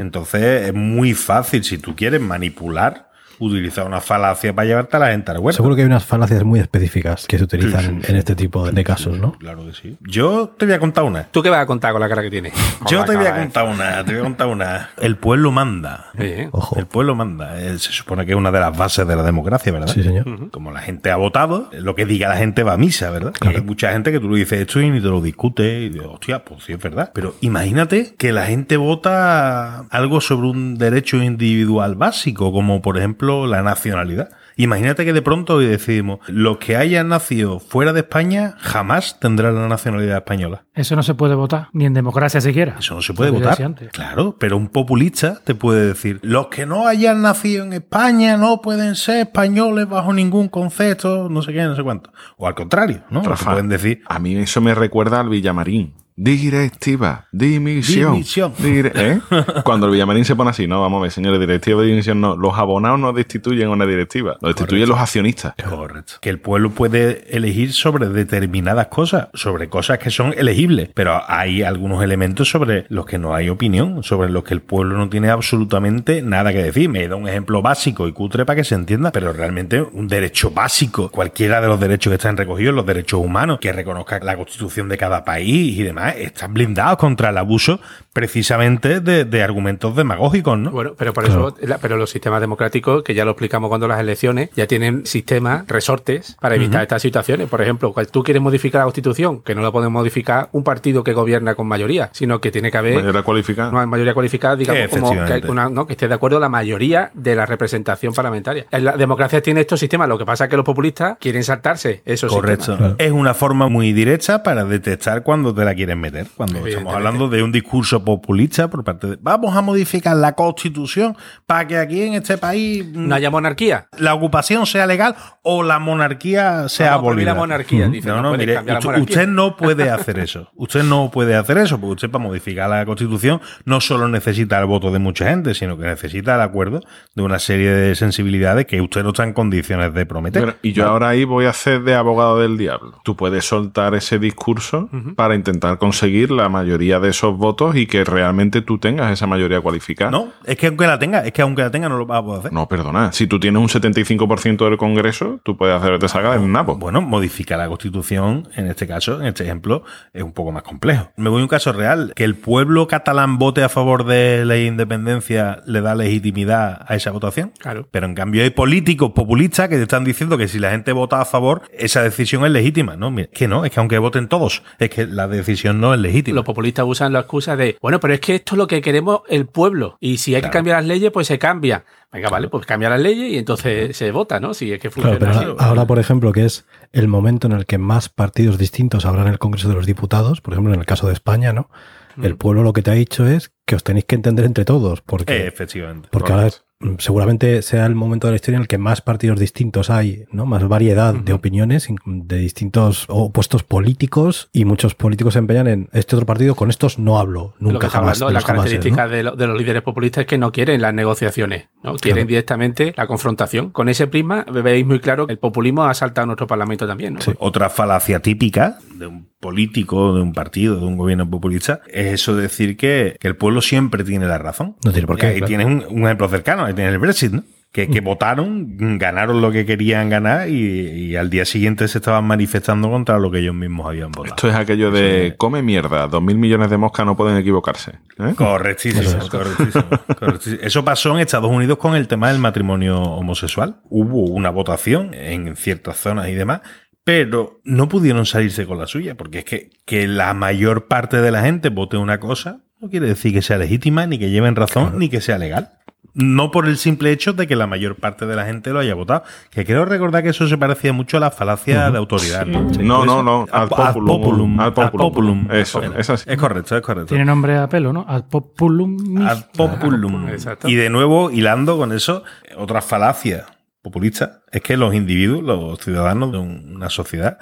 Entonces es muy fácil, si tú quieres manipular, utilizar una falacia para llevarte a la gente al huerto. Seguro que hay unas falacias muy específicas que se utilizan Sí, sí, sí. en este tipo de, de casos, ¿no? Claro que sí. Yo te voy a contar una. ¿Tú qué vas a contar con la ¿eh? cara que tienes? Yo te voy a contar una, te voy a contar una. El pueblo manda. Oye, Ojo. El pueblo manda. Eh, Se supone que es una de las bases de la democracia, ¿verdad? Sí, señor. Como la gente ha votado, lo que diga la gente va a misa, ¿verdad? Y hay mucha gente que tú le dices esto y ni te lo discute. Y dices, hostia, pues sí es verdad. Pero imagínate que la gente vota algo sobre un derecho individual básico, como por ejemplo la nacionalidad. Imagínate que de pronto hoy decidimos, los que hayan nacido fuera de España jamás tendrán la nacionalidad española. Eso no se puede votar, ni en democracia siquiera. Eso no se puede Lo que yo votar. decía antes. Claro, pero un populista te puede decir, los que no hayan nacido en España no pueden ser españoles bajo ningún concepto, no sé qué, no sé cuánto. O al contrario, ¿no? Te Rafa, pueden decir, A mí eso me recuerda al Villamarín. Directiva, dimisión. Dimisión. Dire- ¿eh? Cuando el Villamarín se pone así, no, vamos a ver, señores, directiva de dimisión no. Los abonados no destituyen una directiva, lo destituyen los accionistas. Correcto. Que el pueblo puede elegir sobre determinadas cosas, sobre cosas que son elegibles, pero hay algunos elementos sobre los que no hay opinión, sobre los que el pueblo no tiene absolutamente nada que decir. Me he dado un ejemplo básico y cutre para que se entienda, pero realmente un derecho básico, cualquiera de los derechos que están recogidos, los derechos humanos, que reconozca la constitución de cada país y demás, además están blindados contra el abuso precisamente de, de argumentos demagógicos, ¿no? Bueno, pero por eso, la- pero los sistemas democráticos, que ya lo explicamos cuando las elecciones, ya tienen sistemas, resortes para evitar estas situaciones. Por ejemplo, cuando tú quieres modificar la constitución, que no la puede modificar un partido que gobierna con mayoría, sino que tiene que Eh, haber Mayoría cualificada. una mayoría cualificada, digamos, como que, hay Efectivamente. una- ¿no? que esté de acuerdo la mayoría de la representación parlamentaria. En La democracia tiene estos sistemas, lo que pasa es que los populistas quieren saltarse esos Correcto. sistemas. Claro. Es una forma muy directa para detectar cuando te la quieren meter. Cuando estamos Evidentemente. hablando de un discurso populista por parte de vamos a modificar la constitución para que aquí en este país mm, No haya monarquía. la ocupación sea legal o la monarquía sea Vamos a prohibir abolida. la monarquía, dice, No, no no, puedes mire, cambiar la usted, monarquía. usted no puede hacer eso. Usted no puede hacer eso, porque usted para modificar la constitución no solo necesita el voto de mucha gente, sino que necesita el acuerdo de una serie de sensibilidades que usted no está en condiciones de prometer. Bueno, y yo ahora ahí voy a hacer de abogado del diablo. Tú puedes soltar ese discurso para intentar conseguir la mayoría de esos votos y que realmente tú tengas esa mayoría cualificada. No, es que aunque la tenga, es que aunque la tenga no lo va a poder hacer. No, perdona. Si tú tienes un 75% del Congreso, tú puedes hacerte sacar del nabo. Bueno, modificar la constitución, en este caso, en este ejemplo, es un poco más complejo. Me voy a un caso real. Que el pueblo catalán vote a favor de la independencia le da legitimidad a esa votación. Claro. Pero en cambio hay políticos populistas que te están diciendo que si la gente vota a favor, esa decisión es legítima. No, mira, que no, es que aunque voten todos, es que la decisión no es legítima. Los populistas usan la excusa de, bueno, pero es que esto es lo que queremos el pueblo. Y si hay Claro. que cambiar las leyes, pues se cambia. Venga, vale, pues cambia las leyes y entonces se vota, ¿no? Si es que Claro, funciona pero así. ahora- ahora, por ejemplo, que es el momento en el que más partidos distintos habrá en el Congreso de los Diputados, por ejemplo, en el caso de España, ¿no? Mm. El pueblo lo que te ha dicho es que os tenéis que entender entre todos, Eh, porque, efectivamente. porque ahora mm, seguramente sea el momento de la historia en el que más partidos distintos hay, ¿no? Más variedad de opiniones in- de distintos opuestos políticos y muchos políticos se empeñan en este otro partido, con estos no hablo, lo que nunca está jamás. hablando, pero las jamás, ¿eh? características de, lo- de los líderes populistas es que no quieren las negociaciones, ¿no? Quieren Claro. directamente la confrontación. Con ese prisma veis muy claro que el populismo ha saltado nuestro parlamento también, ¿no? Sí. Otra falacia típica de un político, de un partido, de un gobierno populista, es eso de decir que, que el pueblo siempre tiene la razón. No tiene por qué, Y Ahí claro. Mm. tienes un, un ejemplo cercano, ahí tienes el Brexit, ¿no? Que, que votaron, ganaron lo que querían ganar y, y al día siguiente se estaban manifestando contra lo que ellos mismos habían votado. Esto es aquello de come mierda, dos mil millones de moscas no pueden equivocarse. ¿eh? Correctísimo, correctísimo, correctísimo. Eso pasó en Estados Unidos con el tema del matrimonio homosexual. Hubo una votación en ciertas zonas y demás, pero no pudieron salirse con la suya, porque es que, que la mayor parte de la gente vote una cosa no quiere decir que sea legítima, ni que lleven razón, ni que sea legal. No por el simple hecho de que la mayor parte de la gente lo haya votado. Que quiero recordar que eso se parecía mucho a la falacia de autoridad. Sí, No, por no, eso- no. Ad populum. Ad populum. Eso, es así. Es correcto, es correcto. Tiene nombre a pelo, ¿no? Ad populum. mis- Ad populum. Exacto. Y de nuevo, hilando con eso, otra falacia populista es que los individuos, los ciudadanos de un- una sociedad,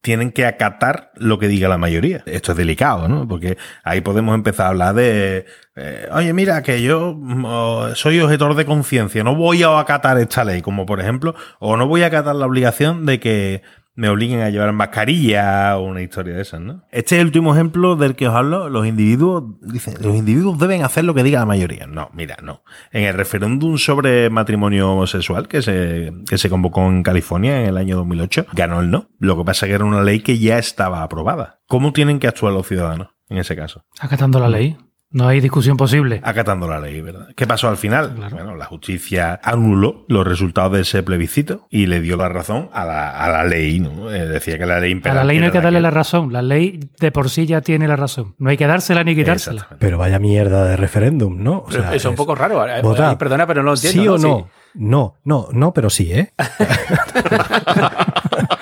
tienen que acatar lo que diga la mayoría. Esto es delicado, ¿no? Porque ahí podemos empezar a hablar de, eh, oye, mira, que yo mm, oh, soy objetor de conciencia, no voy a acatar esta ley, como por ejemplo, o no voy a acatar la obligación de que me obliguen a llevar mascarilla o una historia de esas, ¿no? Este es el último ejemplo del que os hablo. Los individuos, dicen, los individuos deben hacer lo que diga la mayoría. No, mira, no. En el referéndum sobre matrimonio homosexual que se, que se convocó en California en el año 2008, ganó el no. Lo que pasa es que era una ley que ya estaba aprobada. ¿Cómo tienen que actuar los ciudadanos en ese caso? Acatando la ley. No hay discusión posible. acatando la ley, ¿verdad? ¿Qué pasó al final? Claro. Bueno, la justicia anuló los resultados de ese plebiscito y le dio la razón a la, a la ley, ¿no? Eh, decía que la ley A imperante la ley no hay era que darle la que- razón. La ley de por sí ya tiene la razón. No hay que dársela ni quitársela. Exactamente. Pero vaya mierda de referéndum, ¿no? O sea, Eso es un poco raro. Ahora, Vota. eh, Perdona, pero no lo entiendo. ¿Sí o Sí. no? No, no, no, pero sí, ¿eh?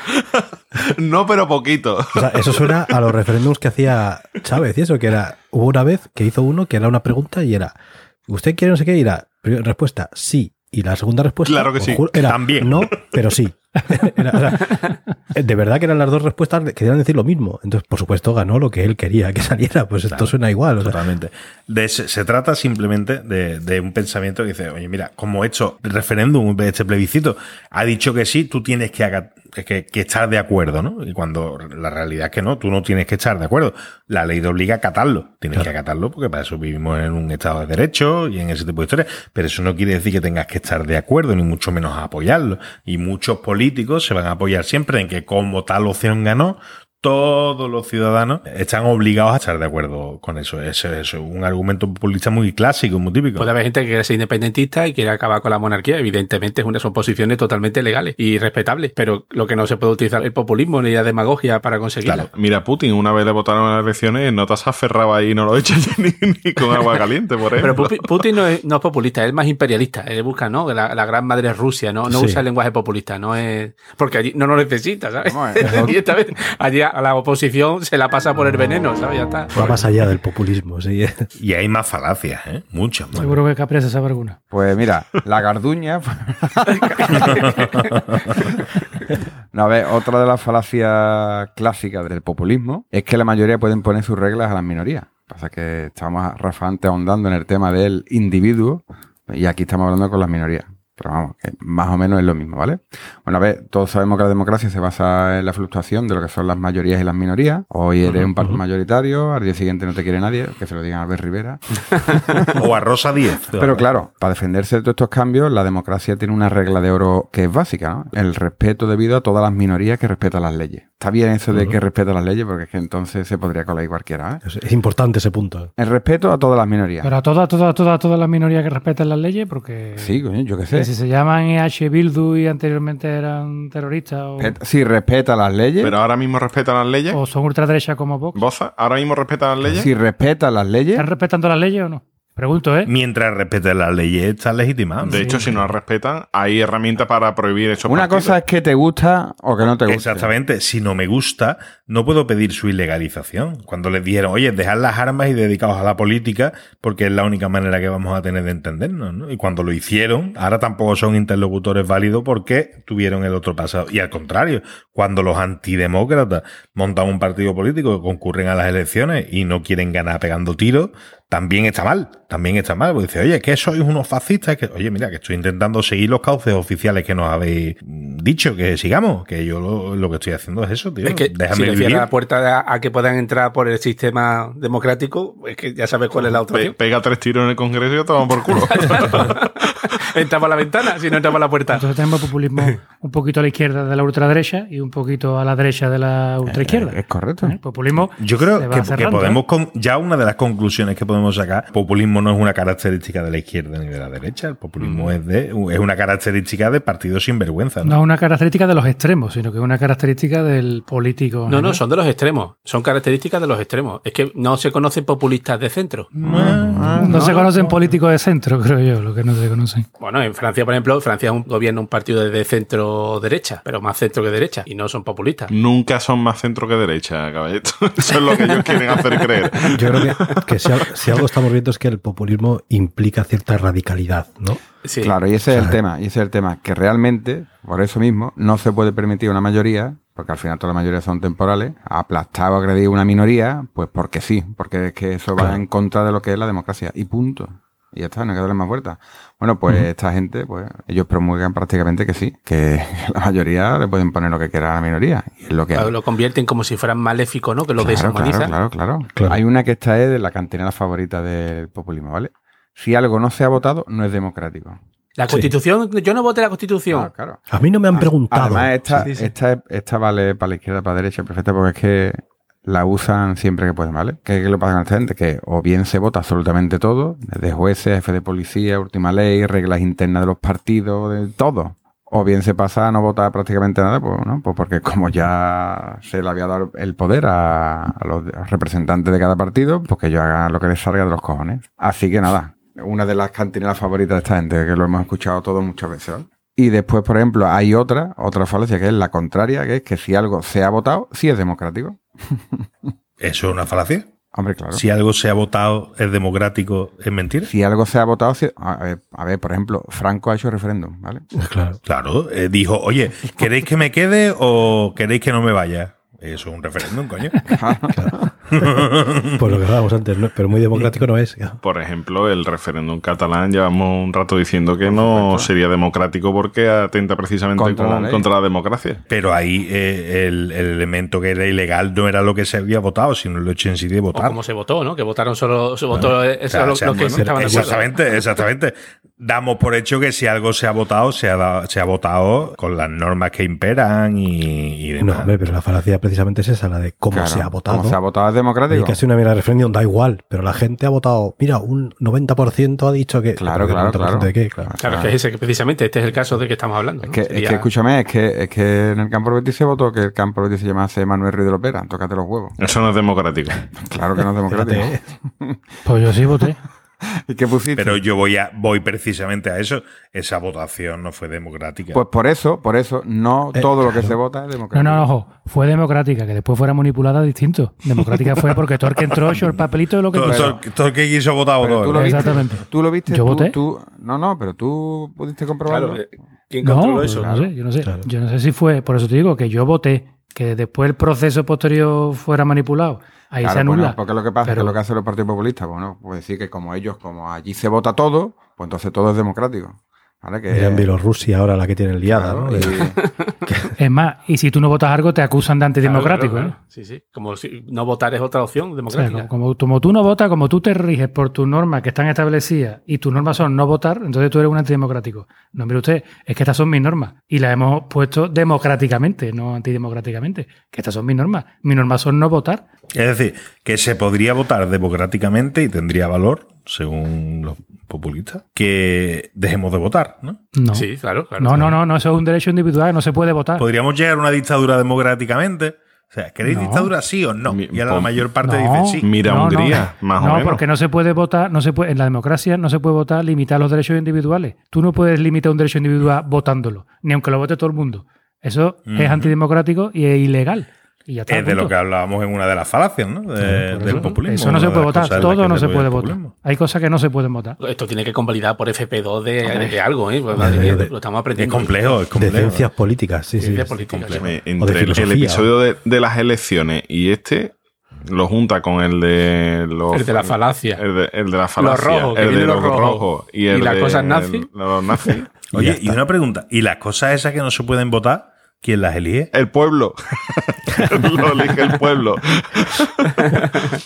No, pero poquito. O sea, eso suena a los referéndums que hacía Chávez y eso, que era, hubo una vez que hizo uno que era una pregunta y era, ¿usted quiere no sé qué? Y era, primera respuesta, sí. Y la segunda respuesta Claro que os sí. juro, era, También. no, pero sí. Era, o sea, de verdad que eran las dos respuestas que querían decir lo mismo. Entonces, por supuesto, ganó lo que él quería que saliera. Pues esto Claro. suena igual. o sea, Totalmente. De- se, se trata simplemente de, de un pensamiento que dice, oye, mira, como hecho referéndum, este plebiscito, ha dicho que sí, tú tienes que, haga- que, que estar de acuerdo, ¿no? Y cuando la realidad es que no, tú no tienes que estar de acuerdo. La ley te obliga a acatarlo. Tienes que acatarlo porque para eso vivimos en un estado de derecho y en ese tipo de historias. Pero eso no quiere decir que tengas que estar de acuerdo, ni mucho menos apoyarlo. Y muchos políticos se van a apoyar siempre en que como tal opción ganó, todos los ciudadanos están obligados a estar de acuerdo con eso. Eso eso es un argumento populista muy clásico, muy típico. Puede haber gente que quiere ser independentista y quiere acabar con la monarquía. Evidentemente, es una, son posiciones totalmente legales y respetables, pero lo que no se puede utilizar es el populismo ni la demagogia para conseguirla. Claro. Mira, Putin, una vez le votaron a las elecciones, no te has aferrado ahí y no lo echas ni, ni con agua caliente, por Pero ejemplo. Pupi- Putin no es, no es populista, es más imperialista. Él busca, ¿no? La, la gran madre es Rusia, ¿no? No Sí. usa el lenguaje populista, no es. Porque allí no lo necesita, ¿sabes? Vamos, eh. Directamente. Allí a la oposición se la pasa por el veneno, ¿sabes? Ya está. Va más allá del populismo, sí. Y hay más falacias, ¿eh? Muchas más. Seguro que Caprese sabe alguna. Pues mira, la garduña. no, a ver, otra de las falacias clásicas del populismo es que la mayoría pueden poner sus reglas a las minorías. Pasa que estábamos, Rafa, antes ahondando en el tema del individuo y aquí estamos hablando con las minorías. Pero vamos, que más o menos es lo mismo, ¿vale? Bueno, a ver, todos sabemos que la democracia se basa en la fluctuación de lo que son las mayorías y las minorías. Hoy eres un partido mayoritario, al día siguiente no te quiere nadie, que se lo digan a Albert Rivera. O a Rosa 10. Pero claro, para defenderse de todos estos cambios, la democracia tiene una regla de oro que es básica, ¿no? El respeto debido a todas las minorías que respetan las leyes. Está bien eso de que respeta las leyes, porque es que entonces se podría colar ahí cualquiera, ¿eh? Es, es importante ese punto. El respeto a todas las minorías. Pero a todas, todas, todas, todas las minorías que respetan las leyes, porque Sí, coño, yo qué que sé. si se llaman EH Bildu y anteriormente eran terroristas o, Pe- Si respeta las leyes, Pero ahora mismo respetan las leyes. o son ultraderechas como Vox, Boza, ahora mismo respetan las leyes. si respeta las leyes, ¿están respetando las leyes o no? Pregunto, ¿eh? Mientras respete las leyes, está legitimado. De hecho, si no las respetan, hay herramientas para prohibir esos una partidos. cosa es que te gusta o que no te gusta. Exactamente. Si no me gusta, no puedo pedir su ilegalización. Cuando les dijeron, oye, dejad las armas y dedicaos a la política, porque es la única manera que vamos a tener de entendernos, ¿no? Y cuando lo hicieron, ahora tampoco son interlocutores válidos porque tuvieron el otro pasado. Y al contrario, cuando los antidemócratas montan un partido político, concurren a las elecciones y no quieren ganar pegando tiros, también está mal, también está mal. Porque dice, oye, que sois unos fascistas. Que, oye, mira, que estoy intentando seguir los cauces oficiales que nos habéis mm, dicho que sigamos. Que yo lo, lo que estoy haciendo es eso, tío. Es que si pues, Déjame le vivir. cierra la puerta a, a que puedan entrar por el sistema democrático, es que ya sabes cuál es la otra Pe- opción. pega tres tiros en el Congreso y lo toman por culo. Entra por la ventana, si no entra por la puerta. Entonces tenemos populismo un poquito a la izquierda de la ultraderecha y un poquito a la derecha de la ultraizquierda. ¿eh? Es correcto. El populismo Eh, Yo se creo va que, que cerrando, podemos, con- ya una de las conclusiones que podemos sacar, populismo no es una característica de la izquierda ni de la derecha, el Mm. populismo es, de, es una característica de partidos sin vergüenza. ¿eh? No es una característica de los extremos, sino que es una característica del político. No, no, son de los extremos. Son características de los extremos. Es que no se conocen populistas de centro. No, se conocen políticos de centro, creo yo, lo que no se conocen. Bueno, en Francia, por ejemplo, Francia es un gobierno, un partido de centro-derecha, pero más centro que derecha, y no son populistas. Nunca son más centro que derecha, caballito. Eso es lo que ellos quieren hacer creer. Yo creo que, que si, al- si algo estamos viendo es que el populismo implica cierta radicalidad, ¿no? Sí. Claro, y ese es el tema, y ese es el tema, que realmente, por eso mismo, no se puede permitir una mayoría, porque al final todas las mayorías son temporales, aplastar o agredir una minoría, pues porque sí, porque es que eso va en contra de lo que es la democracia, y punto. Y ya está, no hay que darle más vueltas. Bueno, pues esta gente, pues ellos promulgan prácticamente que sí, que la mayoría le pueden poner lo que quiera a la minoría, y es lo que hay. Claro, Lo convierten como si fueran maléficos, ¿no? Que lo Claro, deshumanizan. claro, claro, claro. Claro. Hay una que esta es de la cantinera favorita del populismo, ¿vale? Si algo no se ha votado, no es democrático. La constitución, yo no voté la constitución. Claro, claro. A mí no me han Ah, preguntado. Además, esta, Sí, sí, sí. esta, es- esta vale para la izquierda, para la derecha, perfecta, porque es que la usan siempre que pueden, ¿vale? ¿Qué, qué le pasa a esta gente? Que o bien se vota absolutamente todo, desde jueces, jefe de policía, última ley, reglas internas de los partidos, de todo. O bien se pasa a no votar prácticamente nada, pues, ¿no? pues porque como ya se le había dado el poder a, a los representantes de cada partido, pues que ellos hagan lo que les salga de los cojones. Así que nada, una de las cantineras favoritas de esta gente, que lo hemos escuchado todo muchas veces. ¿vale? Y después, por ejemplo, hay otra, otra falacia que es la contraria, que es que si algo se ha votado, sí es democrático. ¿Eso es una falacia? Hombre, claro. Si algo se ha votado es democrático, es mentira. Si algo se ha votado, sí- a, ver, a ver, por ejemplo, Franco ha hecho referéndum, ¿vale? Claro. Claro, eh, dijo, oye, ¿queréis que me quede o queréis que no me vaya? Eso es un referéndum, coño. Pues lo que hablábamos antes, ¿no? pero muy democrático no es. ya. Por ejemplo, el referéndum catalán, llevamos un rato diciendo que no sería democrático porque atenta precisamente con- Contra contra, la la ley. democracia. Pero ahí eh, el, el elemento que era ilegal no era lo que se había votado, sino el hecho en sí de O votar. como se votó, ¿no? Que votaron solo, se votó eh, O sea, solo o sea, los que bueno, estaban de acuerdo. exactamente, exactamente. damos por hecho que si algo se ha votado, se ha, dado- se ha votado con las normas que imperan y, y No, demás. hombre, pero la falacia precisamente es esa, la de cómo Claro, se ha votado. Como se ha votado es Hay democrático. que hacer una mera referéndum, da igual, pero la gente ha votado, mira, un 90% ha dicho que... Claro, ¿pero claro, qué 90% claro. de qué? Claro. Claro, que es ese que precisamente este es el caso de que estamos hablando. Ah. Es ¿no? que, es Sería- que, escúchame, es que, es que en el campo Betis se votó que el campo Betis se llamase Manuel Ruiz de Lopera. Tócate los huevos. Eso no es democrático. Claro que no es democrático. Espérate, ¿eh? Pues yo sí voté. ¿Y qué pusiste? Pero yo voy a voy precisamente a eso. Esa votación no fue democrática. Pues por eso, por eso, no Eh, todo lo que claro. se vota es No, democrático. no, ojo. Fue democrática, que después fuera manipulada distinto. Democrática fue porque Torque entró, echó el papelito de lo que todo, quiso. todo- todo el que quiso votar Pero votó. ¿eh? tú ¿no? lo viste. Exactamente. Tú lo viste. Yo tú- voté. tú- no, no, pero tú pudiste comprobarlo. Claro, ¿quién No, controló pues eso? no sé, yo no sé. Claro. Yo no sé si fue, por eso te digo que yo voté, que después el proceso posterior fuera manipulado. Ahí Claro, pues se anula. bueno, porque lo que pasa es Pero- que lo que hacen los partidos populistas, bueno, pues decir que como ellos, como allí se vota todo, pues entonces todo es democrático. ¿Vale? Que, Mira en Bielorrusia ahora la que tiene liada, claro, ¿no? y- De- Es más, y si tú no votas algo, te acusan de Claro, antidemocrático. claro, ¿eh? claro. Sí, sí. Como si no votar es otra opción O sea, democrática. como, como- como tú no votas, como tú te riges por tus normas que están establecidas y tus normas son no votar, entonces tú eres un antidemocrático. No, mire usted, es que estas son mis normas y las hemos puesto democráticamente, no antidemocráticamente. Que estas son mis normas. Mis normas son no votar. Es decir, que se podría votar democráticamente y tendría valor, según los populistas, que dejemos de votar, ¿no? No. Sí, claro, claro. no, no, no, no, eso es un derecho individual, no se puede votar. Podríamos llegar a una dictadura democráticamente. O sea, ¿queréis No. dictadura sí o no? Mi- Y ahora la pon- mayor parte No. dice sí. Mira Hungría, más o no, menos. porque no se puede votar, no se puede, en la democracia no se puede votar, limitar los derechos individuales. Tú no puedes limitar un derecho individual votándolo, ni aunque lo vote todo el mundo. Eso es Ujú. antidemocrático y es ilegal. Y ya está. Es de punto. lo que hablábamos en una de las falacias, ¿no? De- Por del eso, populismo. Eso no se una de las puede votar, cosas en las todo que no se se apoya puede el votar. populismo. Hay cosas que no se pueden votar. Esto tiene que convalidar por FP2 de, de algo, ¿eh? Pues, madre mía, lo estamos Es aprendiendo. complejo, es de complejo. ciencias políticas, sí, sí. Ciencia política. complejo. Eh, Entre el- el filosofía, episodio de, de las elecciones y este lo junta con el de los El de la falacia. el de, el de la falacia, rojos, que el de vienen los los rojos. rojos y el ¿Y las de cosas nazi? el- los nazis. Oye, y una pregunta. ¿Y las cosas esas que no se pueden votar, quién las elige? El pueblo. lo elige el pueblo.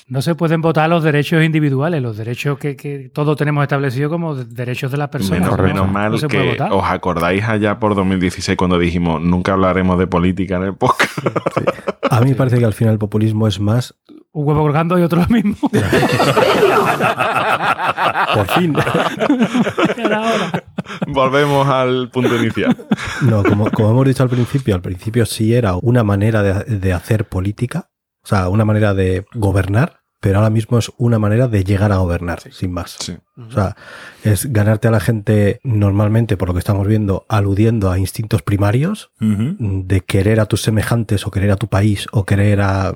No se pueden votar los derechos individuales, los derechos que, que todos tenemos establecidos como de- derechos de las personas. Menos, ¿no? menos No mal se puede que votar. os acordáis allá por 2016 cuando dijimos nunca hablaremos de política en el podcast. A mí me parece que al final el populismo es más, Un huevo colgando y otro lo mismo. por fin, Era ahora. Volvemos al punto inicial. No, como, como hemos dicho al principio, al principio sí era una manera de, de hacer política, o sea, una manera de gobernar, pero ahora mismo es una manera de llegar a gobernar, sin más. Sí. O sea, es ganarte a la gente normalmente, por lo que estamos viendo, aludiendo a instintos primarios Ujú. mm, de querer a tus semejantes o querer a tu país o querer a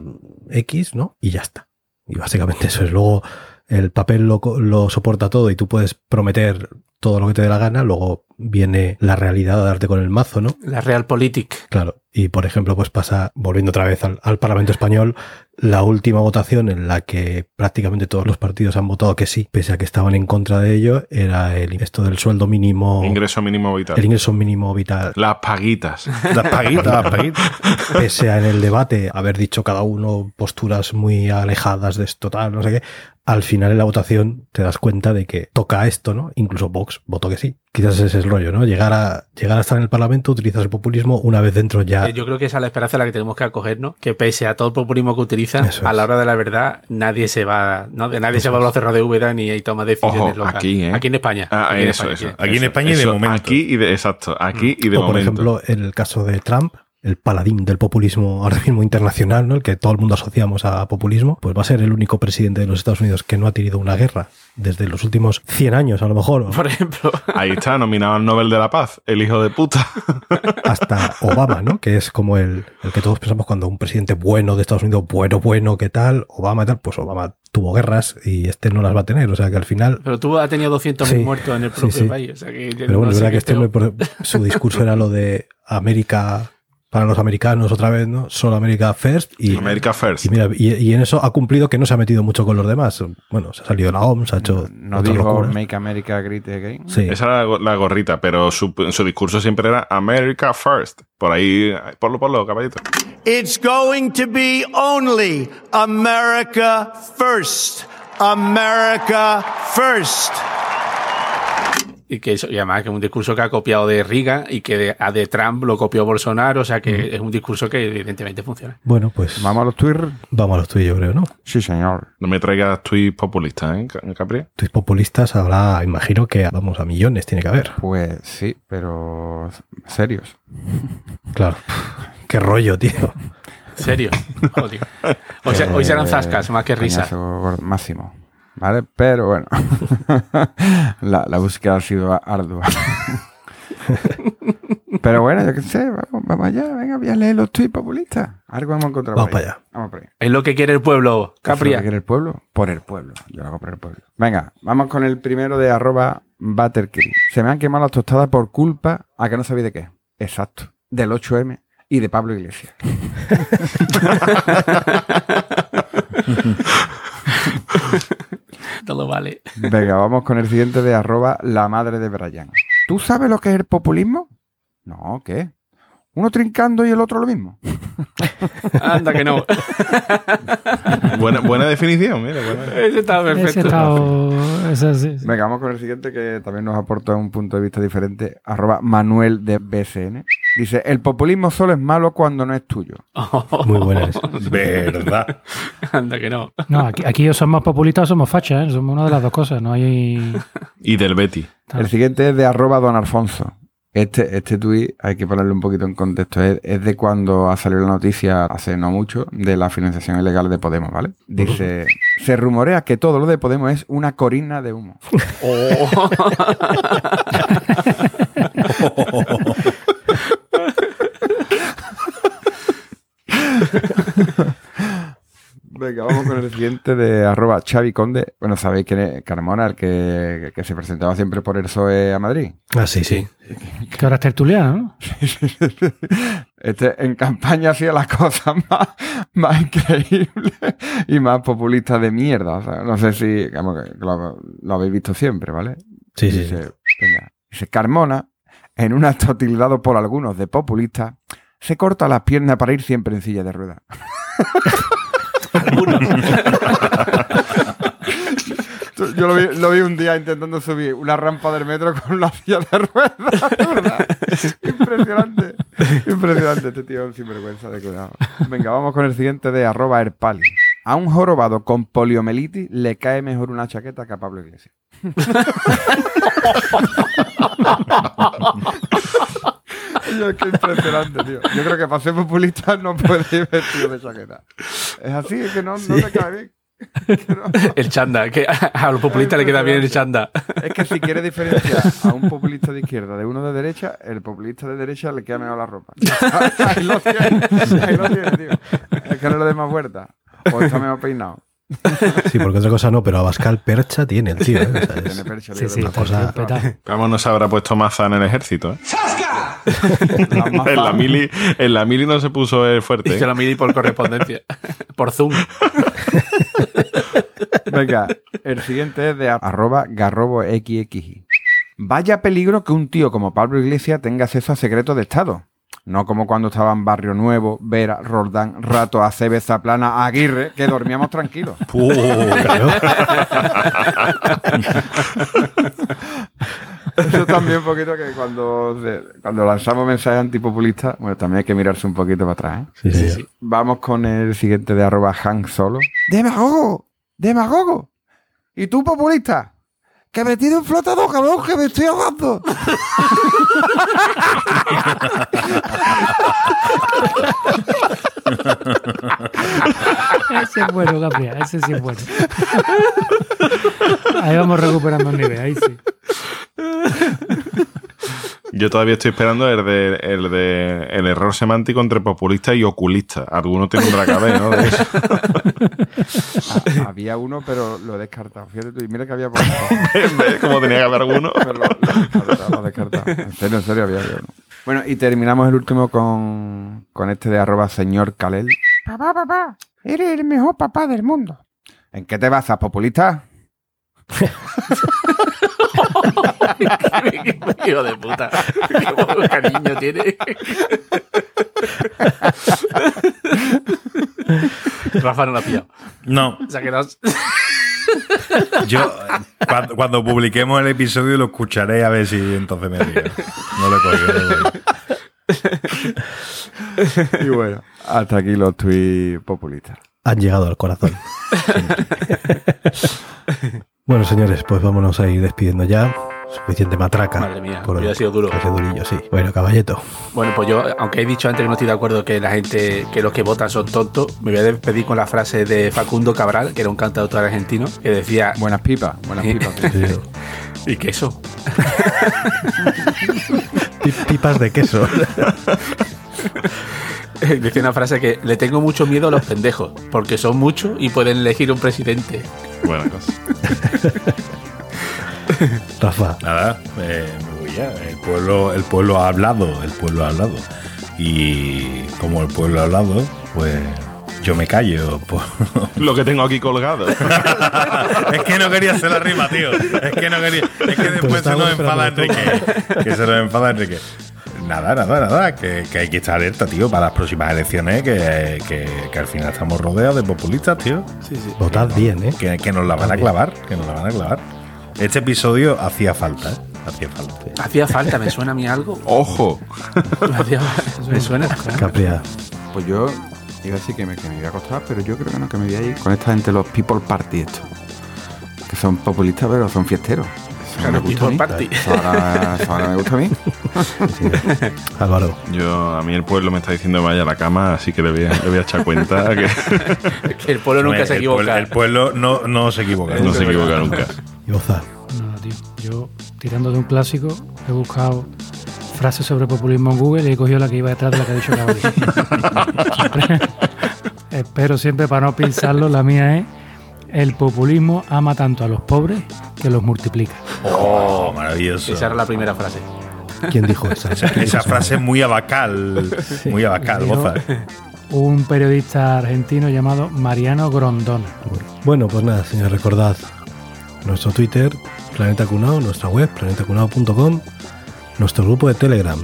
X, ¿no? Y ya está. Y básicamente eso es. Luego el papel lo, co- lo soporta todo y tú puedes prometer todo lo que te dé la gana, luego viene la realidad a darte con el mazo, ¿no? La Realpolitik. Claro, y por ejemplo, pues pasa, volviendo otra vez al, al Parlamento Español, la última votación en la que prácticamente todos los partidos han votado que sí, pese a que estaban en contra de ello, era el, esto del sueldo mínimo, Ingreso mínimo Oh. el vital. ingreso mínimo vital. Las paguitas. Las paguitas, las paguitas. Pese a en el debate haber dicho cada uno posturas muy alejadas de esto, tal, no sé qué, al final en la votación te das cuenta de que toca esto, ¿no? Incluso Vox votó que sí. Quizás ese es el rollo, ¿no? Llegar a, llegar a estar en el Parlamento, utilizas el populismo, una vez dentro ya... Eh, Yo creo que esa es la esperanza a la que tenemos que acogernos, que pese a todo el populismo que utilizan, Eso a la es. hora de la verdad, nadie se va, no, nadie se va a los cerros de Úbeda ni toma decisiones Ojo, locales. aquí, ¿eh? en España. Ah, Aquí en eso, España, eso, sí. Aquí en eso, España y de eso, momento. Aquí y de, exacto, aquí y de o por momento. ejemplo, en el caso de Trump, el paladín del populismo ahora mismo internacional, ¿no? el que todo el mundo asociamos a populismo, pues va a ser el único presidente de los Estados Unidos que no ha tenido una guerra desde los últimos 100 años, a lo mejor, o Por ejemplo, Ahí está, nominado al Nobel de la Paz, el hijo de puta. hasta Obama, ¿no? que es como el, el que todos pensamos cuando un presidente bueno de Estados Unidos, bueno, bueno, ¿qué tal? Obama y tal, pues Obama tuvo guerras y este no las va a tener, o sea que al final... pero tú has tenido 200.000 Sí, muertos en el sí, propio sí. país. o sea que yo Pero bueno, no es sé verdad qué que este tengo- hombre, por- su discurso era lo de América para los americanos otra vez, ¿no? Solo América first y America First. Y mira, y, y en eso ha cumplido que no se ha metido mucho con los demás. Bueno, se ha salido de la OMS, ha hecho. No otras dijo locuras. Make America Great Again. Sí. Esa era la go- la gorrita, pero su, su discurso siempre era America First. Por ahí, ponlo, ponlo, caballito. It's going to be only America first. America first. Y que eso, y además que es un discurso que ha copiado de Riga y que de, a de Trump lo copió Bolsonaro, o sea que es un discurso que evidentemente funciona. Bueno, pues Vamos a los Twitter. vamos a los tuyos, creo, ¿no? Sí, señor. No me traigas tweets populistas, ¿eh, Ca- Capri? Tus populistas habrá, imagino que, vamos, a millones tiene que haber. Pues sí, pero serios. Claro. Qué rollo, tío. Serio. Joder. Hoy, se- hoy Eh, serán zascas más que risas. Eh, Coñazo máximo. ¿Vale? Pero bueno. la, la búsqueda ha sido ardua. Pero bueno, yo qué sé, vamos, vamos allá, venga, voy a leer los tweets populistas. Algo hemos encontrado. Vamos por ahí. para allá. Vamos para allá. Es lo que quiere el pueblo, Capria. ¿Por el pueblo? Por el pueblo. Yo lo hago por el pueblo. Venga, vamos con el primero de arroba Buttercream. Se me han quemado las tostadas por culpa a que no sabéis de qué. Exacto. Del 8M y de Pablo Iglesias. No lo vale. Venga, vamos con el siguiente de arroba la madre de Brian. ¿Tú sabes lo que es el populismo? No, ¿qué? Uno trincando y el otro lo mismo. Anda que no. Buena, buena definición, mira. buena- Ese estaba Ese perfecto. está o- ese sí, sí. Venga, vamos con el siguiente que también nos aporta un punto de vista diferente. Arroba Manuel de BCN. Dice, el populismo solo es malo cuando no es tuyo. Muy buenas. Verdad. Anda que no. No, aquí, aquí o somos populistas o somos fachas, ¿eh? somos una de las dos cosas. No hay. Y del Betty. Claro. El siguiente es de arroba don Alfonso. Este, este tuit hay que ponerlo un poquito en contexto. Es, es de cuando ha salido la noticia hace no mucho de la financiación ilegal de Podemos, ¿vale? Dice, se rumorea que todo lo de Podemos es una corina de humo. Venga, vamos con el siguiente de arroba Xavi Conde. Bueno, sabéis que es Carmona, el que, que se presentaba siempre por el PSOE E a Madrid. Ah, sí, sí. Que ahora es tertuliano, ¿no? Este en campaña hacía las cosas más, más increíbles y más populistas de mierda. O sea, no sé si vamos, que lo, lo habéis visto siempre, ¿vale? Sí, sí, sí. dice, venga, dice, Carmona, en un acto tildado por algunos de populista, se corta las piernas para ir siempre en silla de ruedas. Yo lo vi, lo vi un día intentando subir una rampa del metro con una silla de ruedas. de verdad. Impresionante. Impresionante este tío, es un sinvergüenza de cuidado. Venga, vamos con el siguiente de arroba Erpali. A un jorobado con poliomielitis le cae mejor una chaqueta que a Pablo Iglesias. Yo, es que impresionante, tío. Yo creo que para ser populista no puede ir vestido de chaqueta. Es así, es que no, no te cae bien. Que no. El chanda, que a, a los populistas le queda bien el chanda. Es que si quieres diferenciar a un populista de izquierda de uno de derecha, el populista de derecha le queda mejor la ropa. Ahí lo tienes, ahí lo tienes, tío. Es que no le des más vueltas. O está mejor peinado. Sí, porque otra cosa no, pero Abascal percha tiene el tío. ¿eh? O sea, es- Tiene percha Sí, libre. sí, una está cosa- petado. Vamos, no se habrá puesto maza en el ejército. ¿eh? La más En la fácil. mili, en la mili no se puso el fuerte. Y ¿eh? se lo midi por correspondencia. Por Zoom. Venga, el siguiente es de ar- arroba garrobo xxi. Vaya peligro que un tío como Pablo Iglesias tenga acceso a secretos de Estado. No como cuando estaban Barrio Nuevo, Vera, Roldán, Rato, Acebe, Zaplana, Aguirre, que dormíamos tranquilos. Eso también un poquito que cuando, se- cuando lanzamos mensajes antipopulistas, bueno, también hay que mirarse un poquito para atrás. ¿eh? Sí, sí. Vamos con el siguiente de arroba Han Solo. ¡Demagogo! ¡Demagogo! ¿Y tú, populista? ¡Que me tiene un flotador, cabrón, que me estoy ahogando! Ese es bueno, Gabriel, ese sí es bueno. Ahí vamos recuperando el nivel, ahí sí. Yo todavía estoy esperando el de, el de el error semántico entre populista y oculista. Alguno tendrá que haber, ¿no? De eso. Ah, había uno, pero lo he descartado. Fíjate tú, y mira que había por ¿Ves cómo tenía que haber alguno? pero lo, lo he descartado, lo he descartado. En serio, en serio, había había uno. Bueno, y terminamos el último con, con este de arroba señor Kalel. Papá, papá, eres el mejor papá del mundo. ¿En qué te basas, populista? Hijo de puta. Qué poco cariño tiene. Rafa no la ha pillado. No. Se ha quedado. Yo, eh, cuando, cuando publiquemos el episodio, lo escucharé a ver si entonces me río. No lo he cogido, no lo he cogido. Y bueno, hasta aquí los tweets populistas. Han llegado al corazón. bueno, señores, pues vámonos a ir despidiendo ya. Suficiente matraca. Madre mía, hubiera sido duro. Ha sido durillo, sí. Bueno, caballeto. Bueno, pues yo, aunque he dicho antes que no estoy de acuerdo que la gente, que los que votan son tontos, me voy a despedir con la frase de Facundo Cabral, que era un cantautor argentino, que decía, Buenas pipas, buenas pipas. Sí. ¿y queso? Pi- Pipas de queso. Decía una frase que le tengo mucho miedo a los pendejos, porque son muchos y pueden elegir un presidente. Buena cosa. Rafa, Nada, eh, me voy ya. El pueblo, el pueblo ha hablado, el pueblo ha hablado. Y como el pueblo ha hablado, pues yo me callo. por- Lo que tengo aquí colgado. es que no quería hacer la rima, tío. Es que no quería. Es que Pues después se estábamos nos enfada esperando Enrique. Que se nos enfada Enrique. Nada, nada, nada. Que, que hay que estar alerta, tío, para las próximas elecciones. Que, que, que al final estamos rodeados de populistas, tío. votad bien, ¿eh? Que, que nos la van a También. clavar. Que nos la van a clavar. Este episodio hacía falta, ¿eh? Hacía falta. Hacía falta, me suena a mí algo. Ojo. Hacía- me suena. ¿eh? Capria. Pues yo iba a decir que me, que me iba a acostar, pero yo creo que no, que me voy a ir con esta gente, los People Party estos. Que son populistas, pero son fiesteros. Eso Claro, me gusta a mí. People Party. Eso ahora, eso ahora me gusta a mí. Álvaro. Yo, a mí el pueblo me está diciendo que vaya a la cama, así que le voy a, le voy a echar cuenta que El pueblo nunca El se pueblo- equivoca. El pueblo no, no se equivoca. no se equivoca nunca. Y Boza. Nada, tío. Yo, tirando de un clásico, he buscado frases sobre populismo en Google y he cogido la que iba detrás de la que ha dicho Gabriel. Siempre- Espero siempre para no pensarlo, la mía es el populismo ama tanto a los pobres que los multiplica. Oh, maravilloso. Esa era Esa, la primera frase. ¿Quién dijo esa? esa frase es muy abacal. Muy abacal, Digo, boza. Un periodista argentino llamado Mariano Grondona. Bueno, pues nada, señores, recordad nuestro Twitter, Planeta Cunao, nuestra web, planetacunao.com, nuestro grupo de Telegram,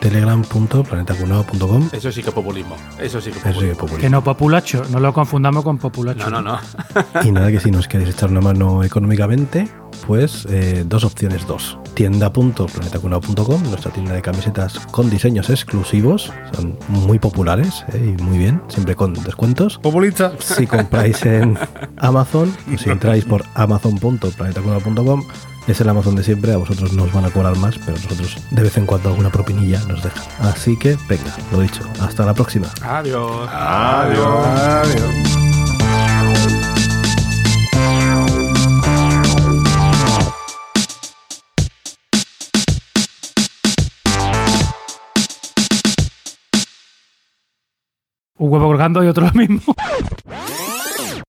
telegram.planetacunao.com. Eso sí que es populismo. Eso sí que es Eso sí que es populismo. Que populismo. no populacho, no lo confundamos con populacho. No, no, no. Y nada, que si nos queréis echar una mano económicamente, pues eh, dos opciones, dos. Tienda.planetacunao.com, nuestra tienda de camisetas con diseños exclusivos, son muy populares eh, y muy bien, siempre con descuentos. Populista. si compráis en Amazon, pues si entráis por amazon.planetacuna.com, es el Amazon de siempre, a vosotros nos van a cobrar más, pero nosotros de vez en cuando alguna propinilla nos dejan. Así que, venga, lo dicho, hasta la próxima. Adiós. Un huevo colgando y otro lo mismo.